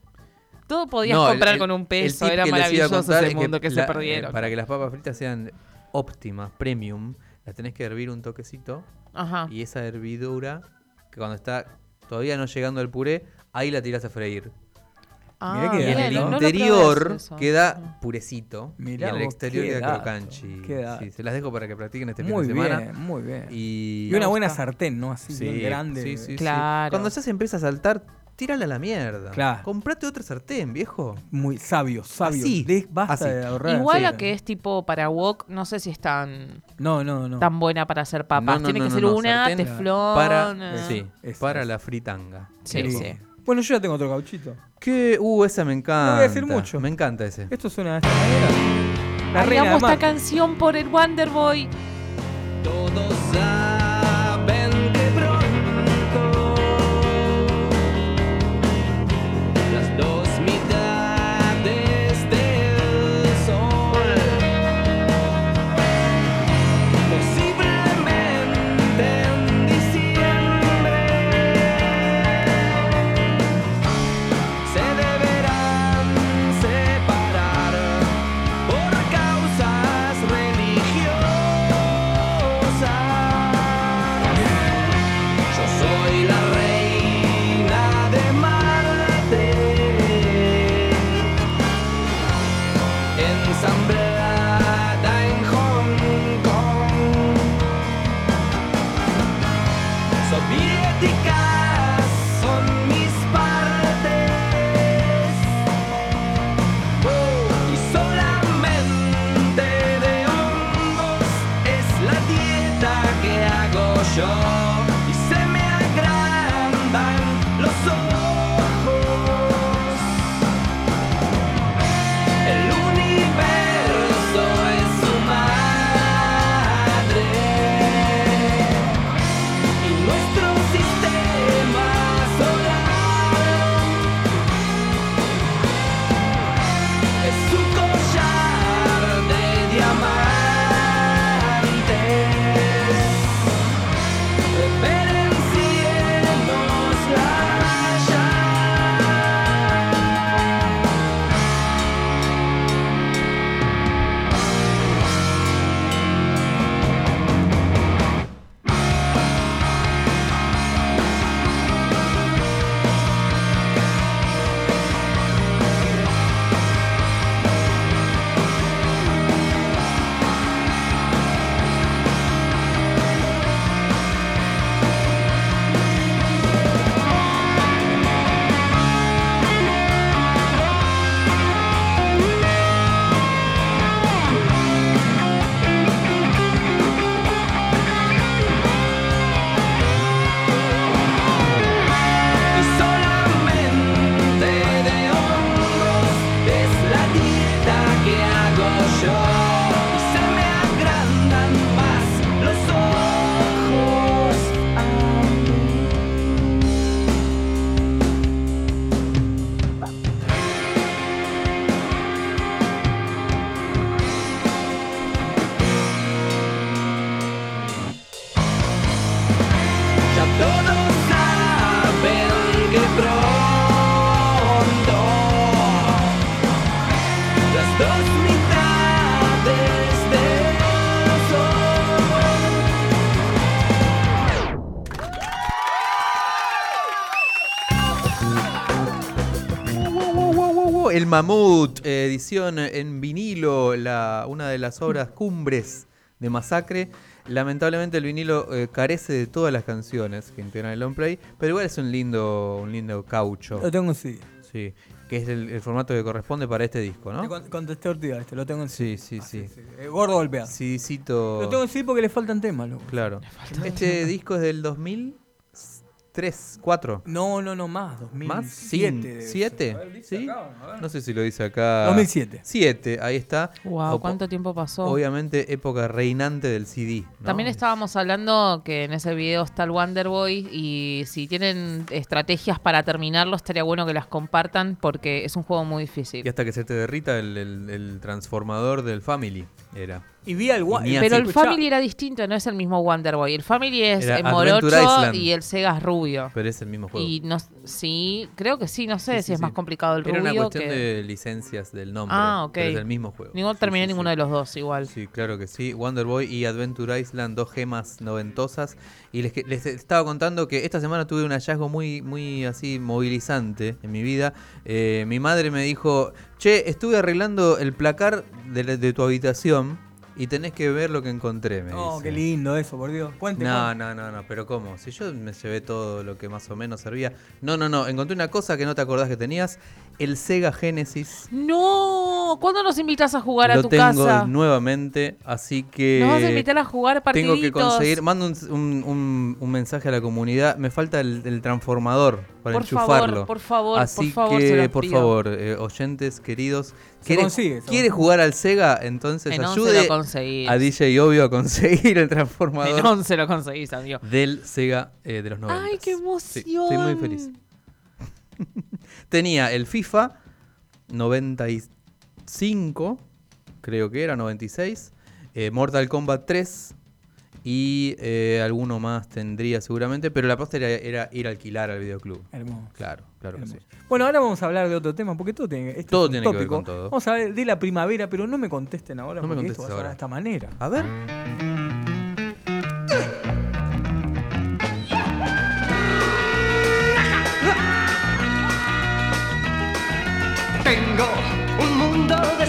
Speaker 3: Todo podías
Speaker 2: No, el-
Speaker 3: comprar
Speaker 2: el-
Speaker 3: con un peso.
Speaker 2: el tip
Speaker 3: Era
Speaker 2: que les iba a
Speaker 3: maravilloso
Speaker 2: contar
Speaker 3: ese
Speaker 2: es
Speaker 3: mundo que,
Speaker 2: la-
Speaker 3: se perdieron.
Speaker 2: eh, para que las papas fritas sean óptimas, premium, las tenés que hervir un toquecito
Speaker 3: Ajá.
Speaker 2: y esa hervidura, que cuando está todavía no llegando al puré, ahí la tirás a freír.
Speaker 3: Ah,
Speaker 4: que
Speaker 2: y en
Speaker 4: bien,
Speaker 2: el
Speaker 4: ¿no? No
Speaker 3: lo
Speaker 2: interior
Speaker 3: probé eso.
Speaker 2: queda purecito
Speaker 4: Mirá
Speaker 2: y en el
Speaker 4: vos,
Speaker 2: exterior
Speaker 4: qué
Speaker 2: queda
Speaker 4: dato,
Speaker 2: crocanchi.
Speaker 4: qué dato.
Speaker 2: Sí, se las dejo para que practiquen este
Speaker 4: Muy
Speaker 2: fin de semana.
Speaker 4: bien, muy bien. Y,
Speaker 2: Y,
Speaker 4: una buena
Speaker 3: gusta.
Speaker 4: sartén, ¿no? Así,
Speaker 2: Sí,
Speaker 4: bien grande.
Speaker 2: sí, sí, sí.
Speaker 3: Claro.
Speaker 2: Cuando ya se empieza a saltar, tírala a la mierda.
Speaker 4: Claro.
Speaker 2: Comprate otra sartén, viejo.
Speaker 4: Muy sabio, sabio.
Speaker 2: Así,
Speaker 4: De- basta
Speaker 2: así.
Speaker 4: de ahorrar.
Speaker 3: Igual a
Speaker 4: Sí.
Speaker 3: que es tipo para wok, no sé si es tan,
Speaker 4: No, no, no.
Speaker 3: tan buena para hacer papas.
Speaker 2: No, no,
Speaker 3: Tiene
Speaker 2: no,
Speaker 3: que
Speaker 2: no,
Speaker 3: ser
Speaker 2: no,
Speaker 3: una,
Speaker 2: sartén
Speaker 3: teflón.
Speaker 2: Para,
Speaker 3: eh.
Speaker 2: sí,
Speaker 4: Eso,
Speaker 2: para
Speaker 4: eso.
Speaker 2: la fritanga.
Speaker 3: Sí,
Speaker 4: Qué
Speaker 3: sí.
Speaker 4: rico. Bueno, yo ya tengo otro gauchito.
Speaker 2: Que, uh, esa me encanta.
Speaker 4: voy a decir mucho.
Speaker 2: Me encanta ese.
Speaker 4: Esto suena de esta manera. La
Speaker 3: Ay,
Speaker 4: reina
Speaker 3: amo
Speaker 4: del
Speaker 3: esta
Speaker 4: mar.
Speaker 3: canción por el Wonderboy.
Speaker 9: Todos saben que pronto las dos mitades del sol posiblemente en diciembre se deberán separar por
Speaker 7: er
Speaker 2: El Mamut, eh, edición en vinilo, la, una de las obras cumbres de Masacre. Lamentablemente el vinilo eh, carece de todas las canciones que integran el long play, pero igual es un lindo, un lindo caucho.
Speaker 4: Lo tengo en CD.
Speaker 2: Sí, que es el, el formato que corresponde para este disco,
Speaker 4: Te
Speaker 2: ¿no?
Speaker 4: con- Contesté Ortiga este, lo tengo en
Speaker 2: Sí, sí, sí.
Speaker 4: Eh, Gordo golpea.
Speaker 2: Sidicito-
Speaker 4: Lo tengo en CD porque le faltan temas, loco.
Speaker 2: Claro.
Speaker 4: faltan
Speaker 2: Este
Speaker 4: temas.
Speaker 2: disco es del 2003, 4.
Speaker 4: No, no, no, más.
Speaker 2: ¿Más?
Speaker 4: 2007
Speaker 2: Cin-
Speaker 4: debe ser.
Speaker 2: ¿Siete? ¿Sí? No sé si lo dice acá.
Speaker 4: 2007.
Speaker 2: 7, ahí está.
Speaker 3: Wow,
Speaker 2: Opo-
Speaker 3: ¿cuánto tiempo pasó?
Speaker 2: Obviamente época reinante del CD. ¿no?
Speaker 3: También estábamos hablando que en ese video está el Wonderboy y si tienen estrategias para terminarlo estaría bueno que las compartan porque es un juego muy difícil.
Speaker 2: Y hasta que se te derrita el, el- el transformador del Family. Era.
Speaker 4: Y vi al
Speaker 2: Ni
Speaker 3: Pero
Speaker 2: así.
Speaker 3: el Family era distinto, no es el mismo Wonderboy. El Family es
Speaker 2: Era
Speaker 3: eh,
Speaker 2: Adventure
Speaker 3: morocho
Speaker 2: Island.
Speaker 3: y el Sega es rubio.
Speaker 2: Pero es el mismo juego.
Speaker 3: Y no, sí, creo que sí, no sé
Speaker 2: Sí,
Speaker 3: si
Speaker 2: sí,
Speaker 3: es más
Speaker 2: sí.
Speaker 3: complicado el
Speaker 2: Era
Speaker 3: rubio
Speaker 2: una cuestión
Speaker 3: que...
Speaker 2: de licencias del nombre.
Speaker 3: Ah, ok.
Speaker 2: Pero es el mismo juego.
Speaker 3: Igual terminé ninguno de los dos igual.
Speaker 2: Sí, claro que sí. Wonder Boy y Adventure Island, dos gemas noventosas. Y les, que- les estaba contando que esta semana tuve un hallazgo muy, muy así movilizante en mi vida. Eh, mi madre me dijo, che, estuve arreglando el placar de, la- de tu habitación y tenés que ver lo que encontré. Me
Speaker 4: No,
Speaker 2: dice.
Speaker 4: Oh, qué lindo eso, por Dios. Cuente.
Speaker 2: No,
Speaker 4: cuente.
Speaker 2: no, no, no, pero ¿cómo? Si yo me llevé todo lo que más o menos servía. No, no, no, encontré una cosa que no te acordás que tenías, el Sega Genesis.
Speaker 3: No, ¿cuándo nos invitas a jugar a
Speaker 2: lo
Speaker 3: tu
Speaker 2: tengo
Speaker 3: casa?
Speaker 2: nuevamente, así que...
Speaker 3: Nos vas a invitar a jugar partiditos.
Speaker 2: Tengo que conseguir, mando un, un- un- un mensaje a la comunidad, me falta el, el transformador para
Speaker 3: Por favor,
Speaker 2: enchufarlo.
Speaker 3: por favor, por
Speaker 2: Así
Speaker 3: favor,
Speaker 2: que,
Speaker 3: se los
Speaker 2: por
Speaker 3: pido.
Speaker 2: favor, eh, oyentes queridos,
Speaker 4: Se
Speaker 2: ¿quiere,
Speaker 4: consigue, se
Speaker 2: quiere
Speaker 4: consigue.
Speaker 2: jugar al Sega? Entonces
Speaker 3: En once lo
Speaker 2: ayude
Speaker 3: conseguís.
Speaker 2: a DJ Obvio a conseguir el
Speaker 3: En
Speaker 2: transformador
Speaker 3: 11 lo conseguís, amigo.
Speaker 2: del Sega eh, de los 90.
Speaker 3: Ay, qué
Speaker 2: Sí,
Speaker 3: emoción.
Speaker 2: estoy muy feliz. Tenía el FIFA 95, creo que era 96, eh, Mortal Kombat 3 y eh, alguno más tendría seguramente, pero la posta era, era ir a alquilar al videoclub.
Speaker 4: Hermoso.
Speaker 2: Claro, claro que sí.
Speaker 4: Bueno, ahora vamos a hablar de otro tema, porque todo tiene, este es
Speaker 2: Todo
Speaker 4: un
Speaker 2: tiene que ver
Speaker 4: tópico.
Speaker 2: con todo.
Speaker 4: Vamos a ver de la primavera, pero no me contesten ahora,
Speaker 2: No me
Speaker 4: porque
Speaker 2: contestes
Speaker 4: esto va a sonar
Speaker 2: ahora.
Speaker 4: de esta manera.
Speaker 2: A ver.
Speaker 9: Tengo un mundo de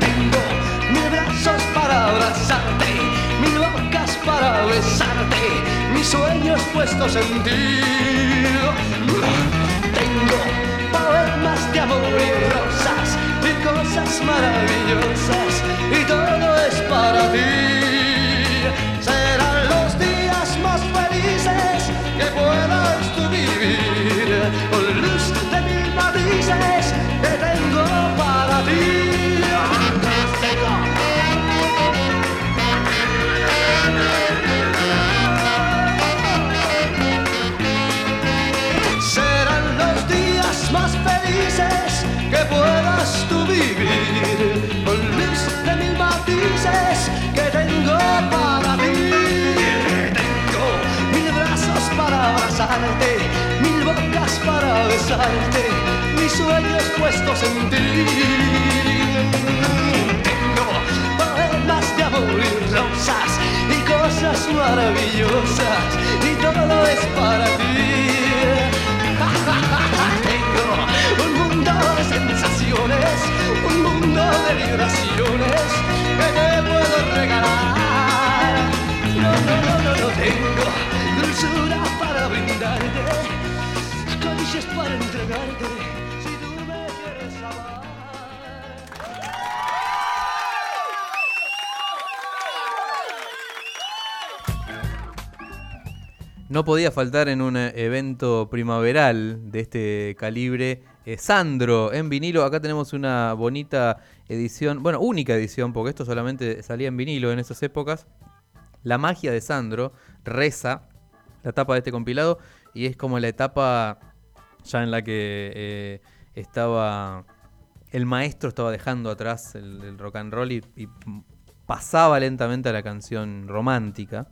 Speaker 9: Tengo mil brazos para abrazarte, mil bocas para besarte, mis sueños puestos en ti. Tengo poemas de amor y rosas y cosas maravillosas y todo es para ti. Serán los días más felices que puedas tú vivir con luz de mil matices que tengo para ti. Serán los días más felices que puedas tú vivir. Con luz de mil matices que tengo para ti. Tengo mil brazos para abrazarte, mil bocas para besarte, mis sueños puestos en ti. Tengo poemas de amor y rosas y cosas maravillosas y todo es para ti. Tengo un mundo de sensaciones, un mundo de vibraciones que te puedo regalar. No, no, no, no, no tengo dulzura para brindarte, caricias para entregarte. Si tú me quieres amar.
Speaker 2: No podía faltar en un eh, evento primaveral de este calibre. eh, Sandro en vinilo, acá tenemos una bonita edición, bueno, única edición, porque esto solamente salía en vinilo en esas épocas. La magia de Sandro, reza, la tapa de este compilado, y es como la etapa ya en la que eh, estaba el maestro estaba dejando atrás el, el rock and roll y, y pasaba lentamente a la canción romántica,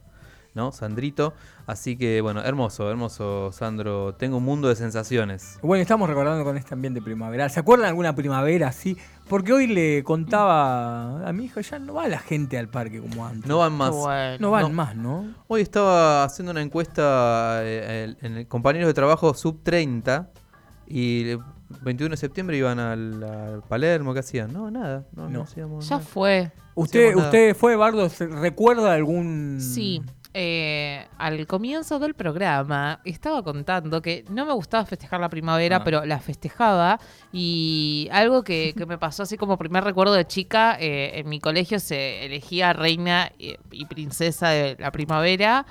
Speaker 2: ¿no? Sandrito. Así que, bueno, hermoso, hermoso, Sandro. Tengo un mundo de sensaciones.
Speaker 4: Bueno, estamos recordando con este ambiente primaveral. ¿Se acuerdan alguna primavera así? Porque hoy le contaba a mi hijo, ya no va la gente al parque como antes.
Speaker 2: No van más.
Speaker 4: No van más, ¿no?
Speaker 2: Hoy estaba haciendo una encuesta eh, el- en el compañeros de trabajo sub 30 y el 21 de septiembre iban al, al Palermo, ¿qué hacían? No, nada, no, no hacíamos
Speaker 3: Ya
Speaker 2: nada.
Speaker 3: fue.
Speaker 2: No
Speaker 4: ¿Usted,
Speaker 2: hacíamos
Speaker 4: usted fue, Bardo, se- recuerda algún...
Speaker 3: Sí.
Speaker 2: Mm.
Speaker 3: eh, al comienzo del programa estaba contando que no me gustaba festejar la primavera,
Speaker 10: Ah.
Speaker 3: pero la festejaba. Y algo que, que me pasó así como primer recuerdo de chica, eh, en mi colegio se elegía reina y, y princesa de la primavera.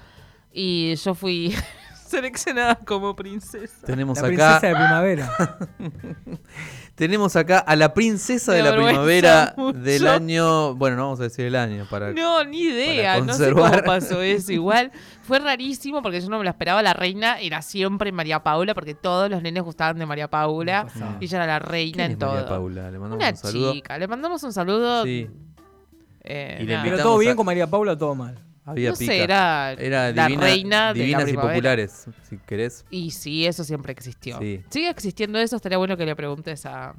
Speaker 3: Y yo fui seleccionada como princesa.
Speaker 2: Tenemos
Speaker 4: La
Speaker 2: acá.
Speaker 4: princesa de primavera.
Speaker 2: Tenemos acá a la princesa
Speaker 3: Me
Speaker 2: de la
Speaker 3: avergüenza
Speaker 2: primavera
Speaker 3: mucho.
Speaker 2: del año. Bueno, no vamos a decir el año para.
Speaker 3: No, ni idea.
Speaker 2: para
Speaker 3: No sé
Speaker 2: conservar.
Speaker 3: cómo pasó eso. Igual fue rarísimo porque yo no me lo esperaba. La reina era siempre María Paula porque todos los nenes gustaban de María Paula
Speaker 2: pasaba.
Speaker 3: y ella era la reina
Speaker 2: ¿Quién
Speaker 3: en
Speaker 2: es
Speaker 3: todo.
Speaker 2: María Paula? Le mandamos
Speaker 3: Una
Speaker 2: un saludo.
Speaker 3: chica. Le mandamos un saludo.
Speaker 2: Sí.
Speaker 3: Eh,
Speaker 2: Y le
Speaker 3: nada.
Speaker 4: Pero todo
Speaker 2: Invitamos
Speaker 4: bien
Speaker 2: a-
Speaker 4: con María Paula, todo mal.
Speaker 2: Había
Speaker 3: no sé,
Speaker 2: pica.
Speaker 3: era la reina
Speaker 2: Divinas
Speaker 3: de la
Speaker 2: y
Speaker 3: primavera.
Speaker 2: populares, si querés.
Speaker 3: Y sí, eso siempre existió.
Speaker 2: Sí.
Speaker 3: Sigue existiendo eso. Estaría bueno que le preguntes a,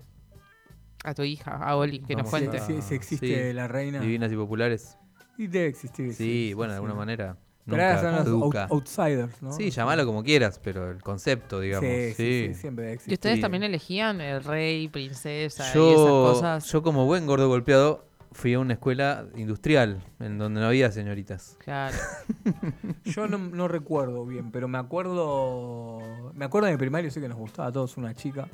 Speaker 3: a tu hija, a Oli, que
Speaker 2: Vamos
Speaker 3: nos cuente.
Speaker 2: a-
Speaker 4: Sí, sí existe la reina.
Speaker 2: Divinas y populares.
Speaker 4: Y debe existir.
Speaker 2: Sí, bueno, de alguna
Speaker 4: sí.
Speaker 2: manera.
Speaker 4: Pero ahora
Speaker 2: Nunca
Speaker 4: son los
Speaker 2: caduca.
Speaker 4: out- outsiders, ¿no?
Speaker 2: Sí, llamalo como quieras, pero el concepto, digamos. Sí,
Speaker 4: Sí, sí, sí, siempre
Speaker 3: ¿Y ustedes
Speaker 2: Sí.
Speaker 3: también elegían el rey, princesa y esas
Speaker 2: Yo,
Speaker 3: cosas?
Speaker 2: yo como buen gordo golpeado, fui a una escuela industrial en donde no había señoritas.
Speaker 3: Claro.
Speaker 4: Yo no, no recuerdo bien, pero me acuerdo. Me acuerdo en el primario, sé que nos gustaba a todos una chica.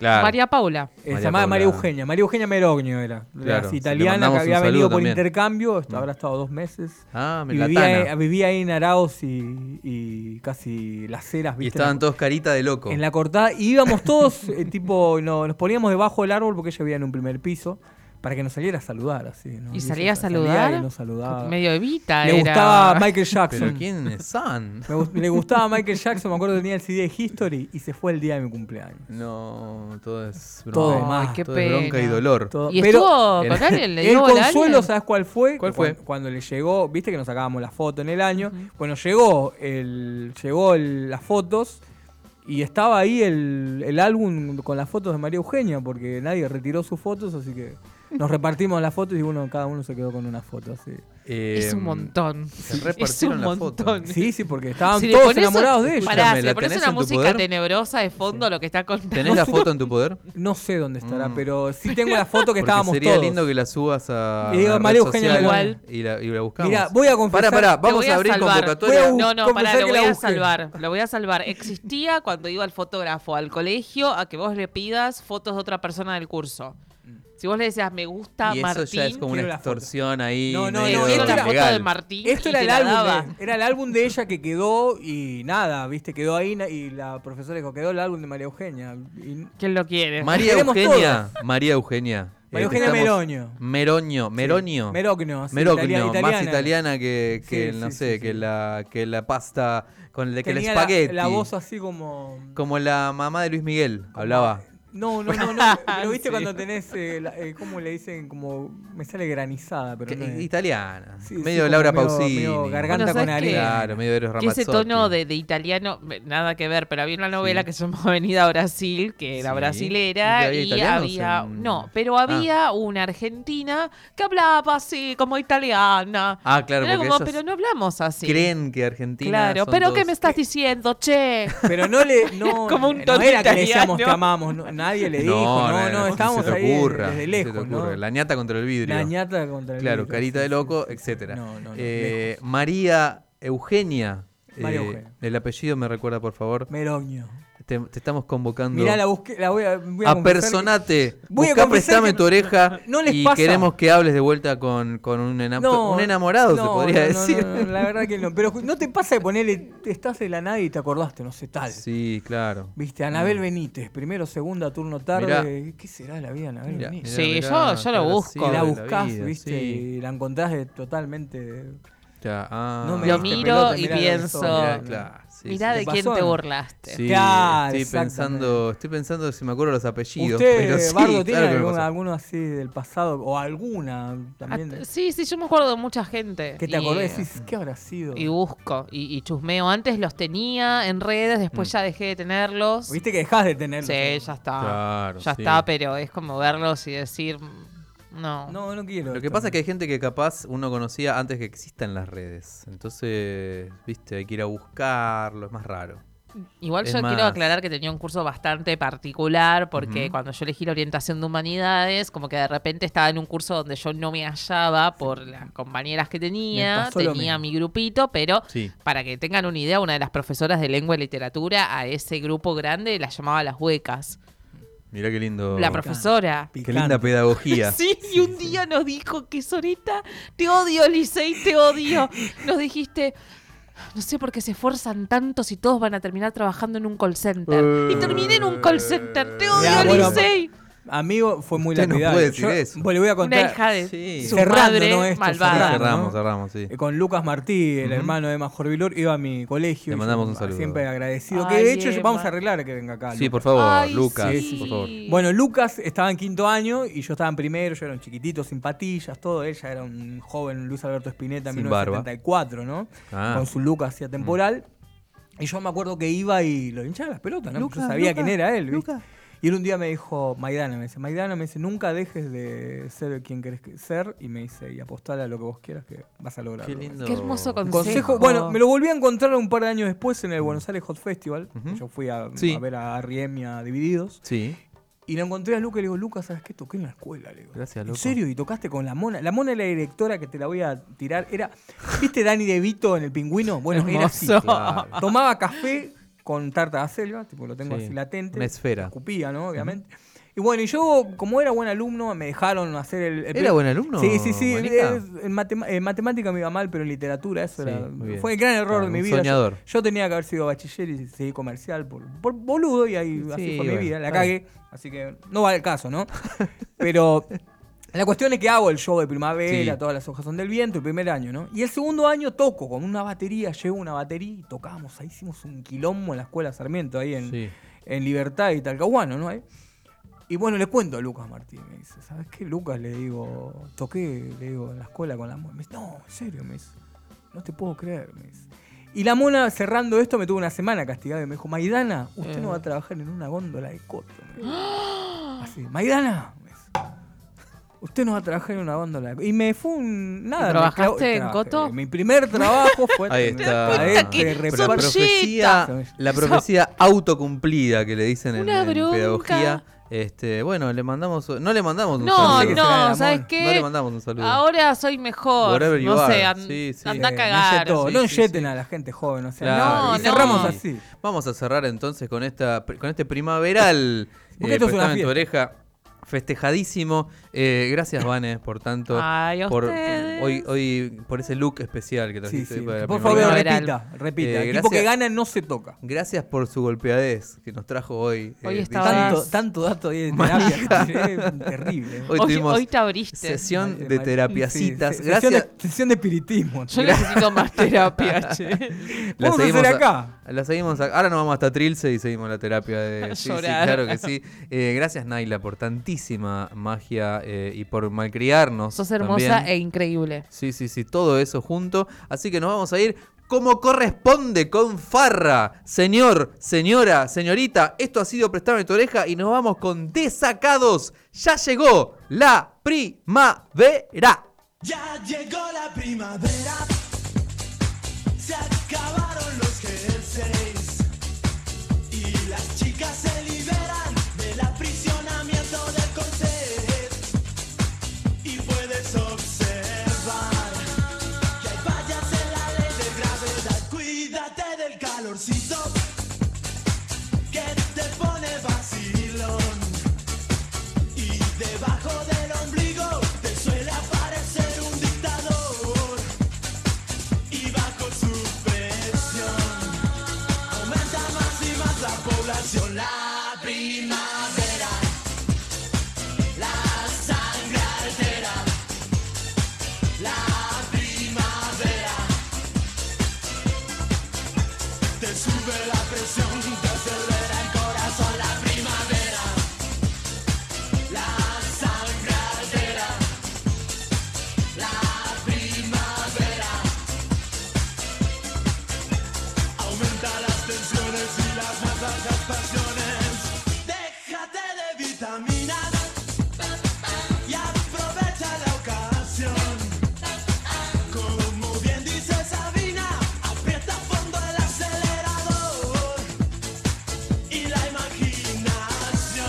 Speaker 2: Claro.
Speaker 3: María Paula.
Speaker 4: Eh, se llamaba María Eugenia, María Eugenia Merogno era.
Speaker 2: Claro,
Speaker 4: Era
Speaker 2: sí, le
Speaker 4: italiana que
Speaker 2: mandamos
Speaker 4: había
Speaker 2: un saludo
Speaker 4: venido por
Speaker 2: también. Mm.
Speaker 4: intercambio, hasta habrá estado dos meses.
Speaker 2: Ah,
Speaker 4: y
Speaker 2: la
Speaker 4: vivía,
Speaker 2: Tana.
Speaker 4: ahí- vivía ahí en Araos y, y casi las heras,
Speaker 2: Y
Speaker 4: ¿viste?
Speaker 2: estaban todos carita de loco.
Speaker 4: En la cortada, y íbamos todos, eh, tipo, no- nos poníamos debajo del árbol porque ella vivía en un primer piso, para que nos saliera a saludar, así. ¿no?
Speaker 3: ¿Y
Speaker 4: ella
Speaker 3: salía a
Speaker 4: salía
Speaker 3: saludar?
Speaker 4: y nos
Speaker 2: Ah.
Speaker 4: saludaba.
Speaker 3: Medio Evita
Speaker 4: Le
Speaker 3: era.
Speaker 4: gustaba Michael Jackson.
Speaker 2: ¿Pero quién es San?
Speaker 4: Me gu- le gustaba Michael Jackson, me acuerdo que tenía el CD de History y se fue el día de mi cumpleaños.
Speaker 2: No, todo es bronca.
Speaker 4: Todo
Speaker 2: Ay,
Speaker 4: mal.
Speaker 2: qué todo es bronca y
Speaker 3: pena.
Speaker 2: dolor.
Speaker 4: Todo-
Speaker 3: ¿Y estuvo con alguien? ¿Le
Speaker 4: el
Speaker 3: dio bola a
Speaker 4: consuelo,
Speaker 3: alguien?
Speaker 4: ¿sabes cuál fue?
Speaker 2: ¿Cuál
Speaker 4: Que
Speaker 2: fue?
Speaker 4: cuan- Cuando, le llegó, viste que nos sacábamos la foto en el año. Bueno, llegó, el, llegó el- las fotos y estaba ahí el, el álbum con las fotos de María Eugenia porque nadie retiró sus fotos, así que nos repartimos las fotos y uno, cada uno se quedó con una foto. Así.
Speaker 2: Eh,
Speaker 3: Es un montón.
Speaker 2: se
Speaker 3: Es
Speaker 2: repartieron
Speaker 3: un
Speaker 2: la foto.
Speaker 3: montón.
Speaker 4: Sí, sí, porque
Speaker 2: Ah,
Speaker 4: estaban
Speaker 3: Si le
Speaker 4: todos
Speaker 3: pones un-
Speaker 4: enamorados de ella.
Speaker 3: Pará,
Speaker 2: Escúchame,
Speaker 3: si
Speaker 2: ¿la
Speaker 3: le pones
Speaker 2: tenés
Speaker 3: una
Speaker 2: en tu
Speaker 3: música
Speaker 2: poder?
Speaker 3: tenebrosa de fondo lo que está contando.
Speaker 2: ¿Tenés la foto en tu poder?
Speaker 4: No sé dónde estará,
Speaker 2: Mm.
Speaker 4: pero sí tengo la foto que
Speaker 2: Porque
Speaker 4: estábamos
Speaker 2: sería
Speaker 4: todos.
Speaker 2: lindo que la subas a.
Speaker 4: Y digo,
Speaker 2: una
Speaker 4: María
Speaker 2: red
Speaker 4: Eugenia
Speaker 2: social
Speaker 4: Meloni.
Speaker 2: Y la, y la buscamos.
Speaker 4: Mirá, voy a
Speaker 2: Pará,
Speaker 4: confesar-
Speaker 2: pará,
Speaker 4: Te
Speaker 2: vamos
Speaker 3: voy a
Speaker 2: a abrir
Speaker 3: salvar.
Speaker 2: convocatoria.
Speaker 3: No, no, pará,
Speaker 4: confesar
Speaker 3: lo
Speaker 4: que
Speaker 3: voy
Speaker 4: la
Speaker 3: a
Speaker 4: busqué.
Speaker 3: salvar. Lo voy a salvar. Existía cuando iba al fotógrafo al colegio a que vos le pidas fotos de otra persona del curso. Si vos le decías me gusta
Speaker 2: y eso
Speaker 3: Martín,
Speaker 2: ya es como una
Speaker 4: quiero la foto.
Speaker 2: extorsión ahí.
Speaker 4: No, no,
Speaker 2: medio
Speaker 4: no, quiero la foto
Speaker 2: ilegal.
Speaker 3: de Martín
Speaker 4: Esto
Speaker 3: y
Speaker 4: era
Speaker 3: te
Speaker 4: el
Speaker 3: la
Speaker 4: álbum
Speaker 3: daba.
Speaker 4: de, era el álbum de ella que quedó y nada, viste, quedó ahí na- y la profesora dijo, quedó el álbum de María Eugenia.
Speaker 2: Eh,
Speaker 4: Y-
Speaker 3: ¿quién lo quiere?
Speaker 2: María
Speaker 4: Queremos
Speaker 2: Eugenia. María Eugenia.
Speaker 4: María
Speaker 2: Eh,
Speaker 4: Eugenia
Speaker 2: estamos-
Speaker 4: Meroño.
Speaker 2: Meroño. Meroño.
Speaker 4: Merogno, sí,
Speaker 2: Merogno,
Speaker 4: italia-
Speaker 2: más
Speaker 4: italiana.
Speaker 2: italiana que, que
Speaker 4: Sí,
Speaker 2: no
Speaker 4: sí,
Speaker 2: sé,
Speaker 4: sí,
Speaker 2: que,
Speaker 4: sí.
Speaker 2: La, que la pasta con el, que el
Speaker 4: Tenía la-
Speaker 2: espagueti.
Speaker 4: La, voz así como...
Speaker 2: Como la mamá de Luis Miguel hablaba.
Speaker 4: No, no, no, no. Pero viste
Speaker 2: Sí.
Speaker 4: cuando tenés, eh, la- eh, ¿cómo le dicen? Como, me sale granizada, pero
Speaker 2: Que-
Speaker 4: no es.
Speaker 2: italiana.
Speaker 4: Sí,
Speaker 2: medio
Speaker 4: sí,
Speaker 2: Laura
Speaker 4: como medio-
Speaker 2: Pausini.
Speaker 4: medio garganta
Speaker 3: Bueno, ¿sabes
Speaker 4: con
Speaker 3: qué?
Speaker 4: arena.
Speaker 2: Claro, medio Eros
Speaker 3: Que ese
Speaker 2: Ramazzotti.
Speaker 3: tono de, de italiano, me- nada que ver, pero había una novela que se llamaba Avenida Brasil, que era
Speaker 2: Sí. ¿Y
Speaker 3: brasilera,
Speaker 2: que había
Speaker 3: y
Speaker 2: italianos
Speaker 3: había.
Speaker 2: en- Ah.
Speaker 3: No, pero había una argentina que hablaba así, como italiana.
Speaker 2: Ah, claro,
Speaker 3: Era
Speaker 2: porque
Speaker 3: como,
Speaker 2: ellos
Speaker 3: pero no hablamos así.
Speaker 2: Creen que Argentina.
Speaker 3: Claro,
Speaker 2: son
Speaker 3: pero ¿qué
Speaker 2: todos-
Speaker 3: me estás diciendo, che?
Speaker 4: Pero no le. No,
Speaker 3: Como un
Speaker 4: no
Speaker 3: tono
Speaker 4: era que le
Speaker 3: italiano.
Speaker 4: decíamos te amamos, no- nadie le dijo. No, no,
Speaker 2: se
Speaker 4: estábamos
Speaker 2: te
Speaker 4: ahí
Speaker 2: ocurra,
Speaker 4: desde
Speaker 2: no se te
Speaker 4: lejos.
Speaker 2: ocurra.
Speaker 4: ¿no?
Speaker 2: La ñata contra el vidrio.
Speaker 4: La ñata contra el
Speaker 2: Claro,
Speaker 4: vidrio,
Speaker 2: carita
Speaker 4: sí,
Speaker 2: de
Speaker 4: sí,
Speaker 2: loco,
Speaker 4: sí, sí.
Speaker 2: etcétera.
Speaker 4: No, no, no,
Speaker 2: Eh, María Eugenia.
Speaker 4: María
Speaker 2: eh,
Speaker 4: Eugenia.
Speaker 2: El apellido me recuerda, por favor.
Speaker 4: Meroño.
Speaker 2: Te, te estamos convocando.
Speaker 4: Mirá, la busqué, la voy a. Voy a confesar
Speaker 2: Apersonate,
Speaker 4: que- voy a
Speaker 2: buscá,
Speaker 4: confesar
Speaker 2: prestame
Speaker 4: que
Speaker 2: tu
Speaker 4: no-
Speaker 2: oreja
Speaker 4: no les
Speaker 2: y
Speaker 4: pasa.
Speaker 2: queremos que hables de vuelta con, con un, enam- un enamorado, se
Speaker 4: no,
Speaker 2: podría
Speaker 4: no, no,
Speaker 2: decir.
Speaker 4: no, no, la verdad que no. Pero ju- no te pasa de ponerle. te Estás de la nada y te acordaste, no sé, tal.
Speaker 2: Sí, claro.
Speaker 4: Viste, Anabel Benítez, primero, segunda, turno tarde.
Speaker 2: Mirá.
Speaker 4: ¿Qué será de la vida de Anabel
Speaker 2: Mirá,
Speaker 4: Benítez?
Speaker 2: mirá, Sí, mirá, yo- yo lo claro, busco. sí,
Speaker 4: Y la
Speaker 2: de la
Speaker 4: buscás,
Speaker 2: vida,
Speaker 4: viste,
Speaker 2: sí.
Speaker 4: y la encontrás de- totalmente.
Speaker 2: Ya, ah.
Speaker 4: No me
Speaker 3: Lo
Speaker 4: diste
Speaker 3: miro
Speaker 4: pelota,
Speaker 3: y
Speaker 4: mirá lo que
Speaker 3: pienso,
Speaker 4: soy.
Speaker 2: Mirá, claro, sí,
Speaker 3: mirá
Speaker 2: sí.
Speaker 3: de quién te
Speaker 4: Pasón.
Speaker 2: Sí,
Speaker 3: burlaste.
Speaker 4: Este, Claro,
Speaker 2: estoy pensando, estoy pensando si me acuerdo los apellidos.
Speaker 4: ¿Usted,
Speaker 2: pero sí,
Speaker 4: Bardo, tiene
Speaker 2: claro que me
Speaker 4: alguna-
Speaker 2: pasó.
Speaker 4: alguno así del pasado? ¿O alguna también?
Speaker 3: Ah, Sí, sí, yo me acuerdo de mucha gente.
Speaker 4: ¿Qué te
Speaker 3: Y-
Speaker 4: acordás? Decís, ¿qué habrá sido?
Speaker 3: Y busco, y, y chusmeo. Antes los tenía en redes, después
Speaker 4: Mm.
Speaker 3: ya dejé de tenerlos.
Speaker 4: Viste que dejás de tenerlos.
Speaker 3: Sí, ya está.
Speaker 2: Claro,
Speaker 3: ya
Speaker 2: sí.
Speaker 3: está, pero es como verlos y decir, mm, no.
Speaker 4: No, no quiero.
Speaker 2: Lo que
Speaker 4: esto.
Speaker 2: pasa es que hay gente que capaz uno conocía antes que existan las redes. Entonces, viste, hay que ir a buscarlo, es más raro.
Speaker 3: Igual
Speaker 2: Es
Speaker 3: yo quiero
Speaker 2: más-
Speaker 3: aclarar que tenía un curso bastante particular porque
Speaker 2: Ujú.
Speaker 3: cuando yo elegí la orientación de humanidades, como que de repente estaba en un curso donde yo no me hallaba por las compañeras que
Speaker 4: Me
Speaker 3: tenía,
Speaker 4: pasó lo
Speaker 3: tenía mi grupito, pero
Speaker 2: Sí.
Speaker 3: para que tengan una idea, una de las profesoras de lengua y literatura a ese grupo grande las llamaba las huecas.
Speaker 2: Mirá qué lindo.
Speaker 3: La profesora.
Speaker 2: Qué linda pedagogía.
Speaker 3: Sí, y un día nos dijo que Sorita, te odio, Licey, te odio. Nos dijiste, no sé por qué se esfuerzan tanto si todos van a terminar trabajando en un call center. Y terminé en un call center, te odio,
Speaker 4: Ya, bueno,
Speaker 3: Licey.
Speaker 4: Amigo, fue muy
Speaker 2: Usted no
Speaker 4: lapidario.
Speaker 2: puede decir
Speaker 4: Yo-
Speaker 2: eso.
Speaker 4: Bueno, le voy a
Speaker 3: Una
Speaker 4: contar.
Speaker 3: hija de
Speaker 2: Sí.
Speaker 3: su
Speaker 4: Cerrando,
Speaker 3: madre
Speaker 4: ¿no? Esto,
Speaker 3: malvada.
Speaker 4: cerrando.
Speaker 2: cerramos, cerramos, sí.
Speaker 4: Eh, Con Lucas Martí, el
Speaker 2: Ujú.
Speaker 4: hermano de Emma Jorvilor, iba a mi colegio.
Speaker 2: Le
Speaker 4: y yo
Speaker 2: mandamos un saludo.
Speaker 4: Siempre agradecido.
Speaker 3: Ay,
Speaker 4: que de hecho yo-
Speaker 3: Emma.
Speaker 4: vamos a arreglar que venga acá.
Speaker 2: Sí,
Speaker 4: Lucas.
Speaker 2: por favor,
Speaker 3: Ay,
Speaker 2: Lucas,
Speaker 4: sí,
Speaker 2: por favor.
Speaker 4: Bueno, Lucas estaba en quinto año y yo estaba en primero. Yo era un chiquitito, sin patillas, todo. Ella era un joven Luis Alberto Spinetta, en
Speaker 2: Sin barba.
Speaker 4: 1974, ¿no?
Speaker 2: Ah.
Speaker 4: Con su Lucas hacia temporal. Y yo me acuerdo que iba y lo hinchaba las pelotas, ¿no?
Speaker 2: Lucas,
Speaker 4: yo sabía
Speaker 2: Lucas,
Speaker 4: quién era él, ¿viste?
Speaker 2: Lucas.
Speaker 4: Y él un día me dijo, Maidana, me dice, Maidana, me dice, nunca dejes de ser quien querés que- ser. Y me dice, y apostar a lo que vos quieras que vas a lograr.
Speaker 2: Qué lindo.
Speaker 3: Qué hermoso
Speaker 4: Un
Speaker 3: consejo.
Speaker 4: Consejo, bueno, me lo volví a encontrar un par de años después en el Buenos Aires Hot Festival.
Speaker 2: Ujú.
Speaker 4: Yo fui a,
Speaker 2: Sí.
Speaker 4: a ver a Arriem y a Divididos.
Speaker 2: Sí.
Speaker 4: Y lo encontré a Lucas y le digo, Lucas, ¿sabes qué? Toqué en la escuela, le digo.
Speaker 2: Gracias,
Speaker 4: ¿En
Speaker 2: loco.
Speaker 4: serio? ¿Y tocaste con la mona? La mona era la directora que te la voy a tirar. Era, ¿viste Dani De Vito en El Pingüino? Bueno, era así.
Speaker 3: Hermoso.
Speaker 2: Claro.
Speaker 4: Tomaba café con tarta de acelga, tipo lo tengo
Speaker 2: Sí,
Speaker 4: así latente.
Speaker 2: una esfera.
Speaker 4: Escupía, ¿no? Obviamente. Y bueno, y yo, como era buen alumno, me dejaron hacer el... el-
Speaker 2: ¿Era buen alumno,
Speaker 4: Sí, sí, sí.
Speaker 2: Manija?
Speaker 4: Es- En, matema- en matemática me iba mal, pero en literatura eso
Speaker 2: Sí,
Speaker 4: era...
Speaker 2: muy bien.
Speaker 4: Fue el gran error
Speaker 2: Claro,
Speaker 4: de mi
Speaker 2: un
Speaker 4: vida. Yo-
Speaker 2: soñador.
Speaker 4: Yo, tenía que haber sido bachiller y seguí comercial por, por boludo y ahí así
Speaker 2: Sí,
Speaker 4: fue
Speaker 2: bueno,
Speaker 4: mi vida. La
Speaker 2: está
Speaker 4: cagué, así que no va el caso, ¿no? Pero la cuestión es que hago el show de primavera,
Speaker 2: Sí.
Speaker 4: todas las hojas son del viento, el primer año, ¿no? Y el segundo año toco con una batería, llevo una batería y tocamos. Ahí hicimos un quilombo en la escuela Sarmiento, ahí en,
Speaker 2: Sí.
Speaker 4: en Libertad y Talcahuano, ¿no? Ahí. Y bueno, le cuento a Lucas Martín, me dice, ¿sabes qué, Lucas? Le digo, toqué, le digo, en la escuela con la mona. Me dice, no, en serio, me dice, no te puedo creer, me dice. Y la mona, cerrando esto, me tuvo una semana castigada y me dijo, Maidana, usted
Speaker 3: Eh.
Speaker 4: no va a trabajar en una góndola de coto. me dijo.
Speaker 3: ¡Ah!
Speaker 4: Así, Maidana, me dice, usted no va a trabajar en una góndola de coto. Y me fue un... Nada, me
Speaker 3: ¿Trabajaste
Speaker 4: clavó-
Speaker 3: en
Speaker 4: trabajé.
Speaker 3: Coto?
Speaker 4: Mi primer trabajo fue...
Speaker 2: Ahí está.
Speaker 4: Este
Speaker 3: que
Speaker 2: Pero
Speaker 4: reparto.
Speaker 2: la profecía,
Speaker 4: Soyita.
Speaker 2: la profecía autocumplida que le dicen en,
Speaker 3: Una
Speaker 2: en
Speaker 3: bronca.
Speaker 2: pedagogía. Este, bueno, le mandamos, no le mandamos un
Speaker 3: No,
Speaker 2: saludo.
Speaker 4: que será del
Speaker 3: no,
Speaker 4: amor.
Speaker 3: ¿sabes
Speaker 2: No
Speaker 3: qué?
Speaker 2: le mandamos un saludo.
Speaker 3: Ahora soy mejor.
Speaker 2: Wherever you
Speaker 3: No sé,
Speaker 2: are.
Speaker 3: an-
Speaker 2: Sí, sí.
Speaker 3: anda a
Speaker 2: Eh,
Speaker 4: No,
Speaker 3: cagar.
Speaker 4: yeten-
Speaker 2: Sí,
Speaker 4: no
Speaker 2: sí,
Speaker 4: yeten a la gente joven, o sea,
Speaker 2: Claro.
Speaker 4: no,
Speaker 3: No,
Speaker 4: y
Speaker 3: no.
Speaker 4: cerramos así.
Speaker 2: Vamos a cerrar entonces con esta con este primaveral
Speaker 4: Porque esto es una
Speaker 2: prestame en tu
Speaker 4: fiesta.
Speaker 2: oreja festejadísimo. Eh, gracias Vanes por tanto
Speaker 3: Ay, a
Speaker 2: por
Speaker 3: ustedes.
Speaker 2: hoy hoy por ese look especial que
Speaker 4: Sí,
Speaker 2: trajiste
Speaker 4: sí.
Speaker 2: hoy para la
Speaker 4: Por favor,
Speaker 2: primavera.
Speaker 3: primavera.
Speaker 4: repita, repita.
Speaker 2: Eh,
Speaker 4: el
Speaker 2: gracias.
Speaker 4: tipo que gana no se toca.
Speaker 2: Gracias por su golpeadez que nos trajo hoy.
Speaker 3: Hoy
Speaker 2: eh,
Speaker 3: estaba-
Speaker 2: DJ.
Speaker 4: Tanto,
Speaker 3: Gracias.
Speaker 4: tanto dato ahí de terapia, es terrible.
Speaker 2: Hoy
Speaker 3: Hoy-
Speaker 2: tuvimos
Speaker 3: hoy te abriste.
Speaker 2: sesión
Speaker 4: Mal-
Speaker 2: de
Speaker 4: mal-
Speaker 2: terapiacitas.
Speaker 4: sí, se-
Speaker 2: Gracias.
Speaker 4: Sesión de, sesión de espiritismo.
Speaker 3: Yo necesito más terapia, che.
Speaker 2: La
Speaker 4: Vamos a
Speaker 2: seguimos
Speaker 4: hacer
Speaker 2: a-
Speaker 4: acá.
Speaker 2: la seguimos a- ahora nos vamos hasta Trilce y seguimos la terapia de. Sí, sí,
Speaker 3: Llorar.
Speaker 2: claro que sí. Eh, gracias, Naila, por tantísima magia eh, y por malcriarnos.
Speaker 3: Sos hermosa
Speaker 2: también.
Speaker 3: e increíble.
Speaker 2: Sí, sí, sí, todo eso junto. Así que nos vamos a ir como corresponde con farra. Señor, señora, señorita, esto ha sido Prestame tu oreja y nos vamos con desacados. Ya llegó la primavera.
Speaker 9: Ya llegó la primavera, se acabaron los jerseys y las chicas se liberan del aprisionamiento del corset y puedes observar que hay vallas en la ley de gravedad. Cuídate del calorcito que te pone vacilón. Y debajo del ombligo te suele aparecer un dictador Y bajo su presión Aumenta más y más la población La pri-
Speaker 14: pasiones. Déjate de vitaminas y aprovecha la ocasión. Como bien dice Sabina, aprieta fondo el acelerador y la imaginación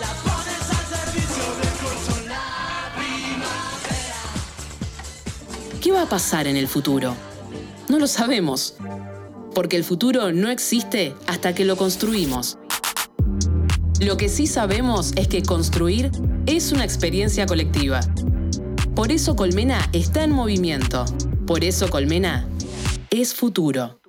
Speaker 14: la pones al servicio de con la primavera.
Speaker 13: ¿Qué va a pasar en el futuro? No lo sabemos, porque el futuro no existe hasta que lo construimos. Lo que sí sabemos es que construir es una experiencia colectiva. Por eso Colmena está en movimiento. Por eso Colmena es futuro.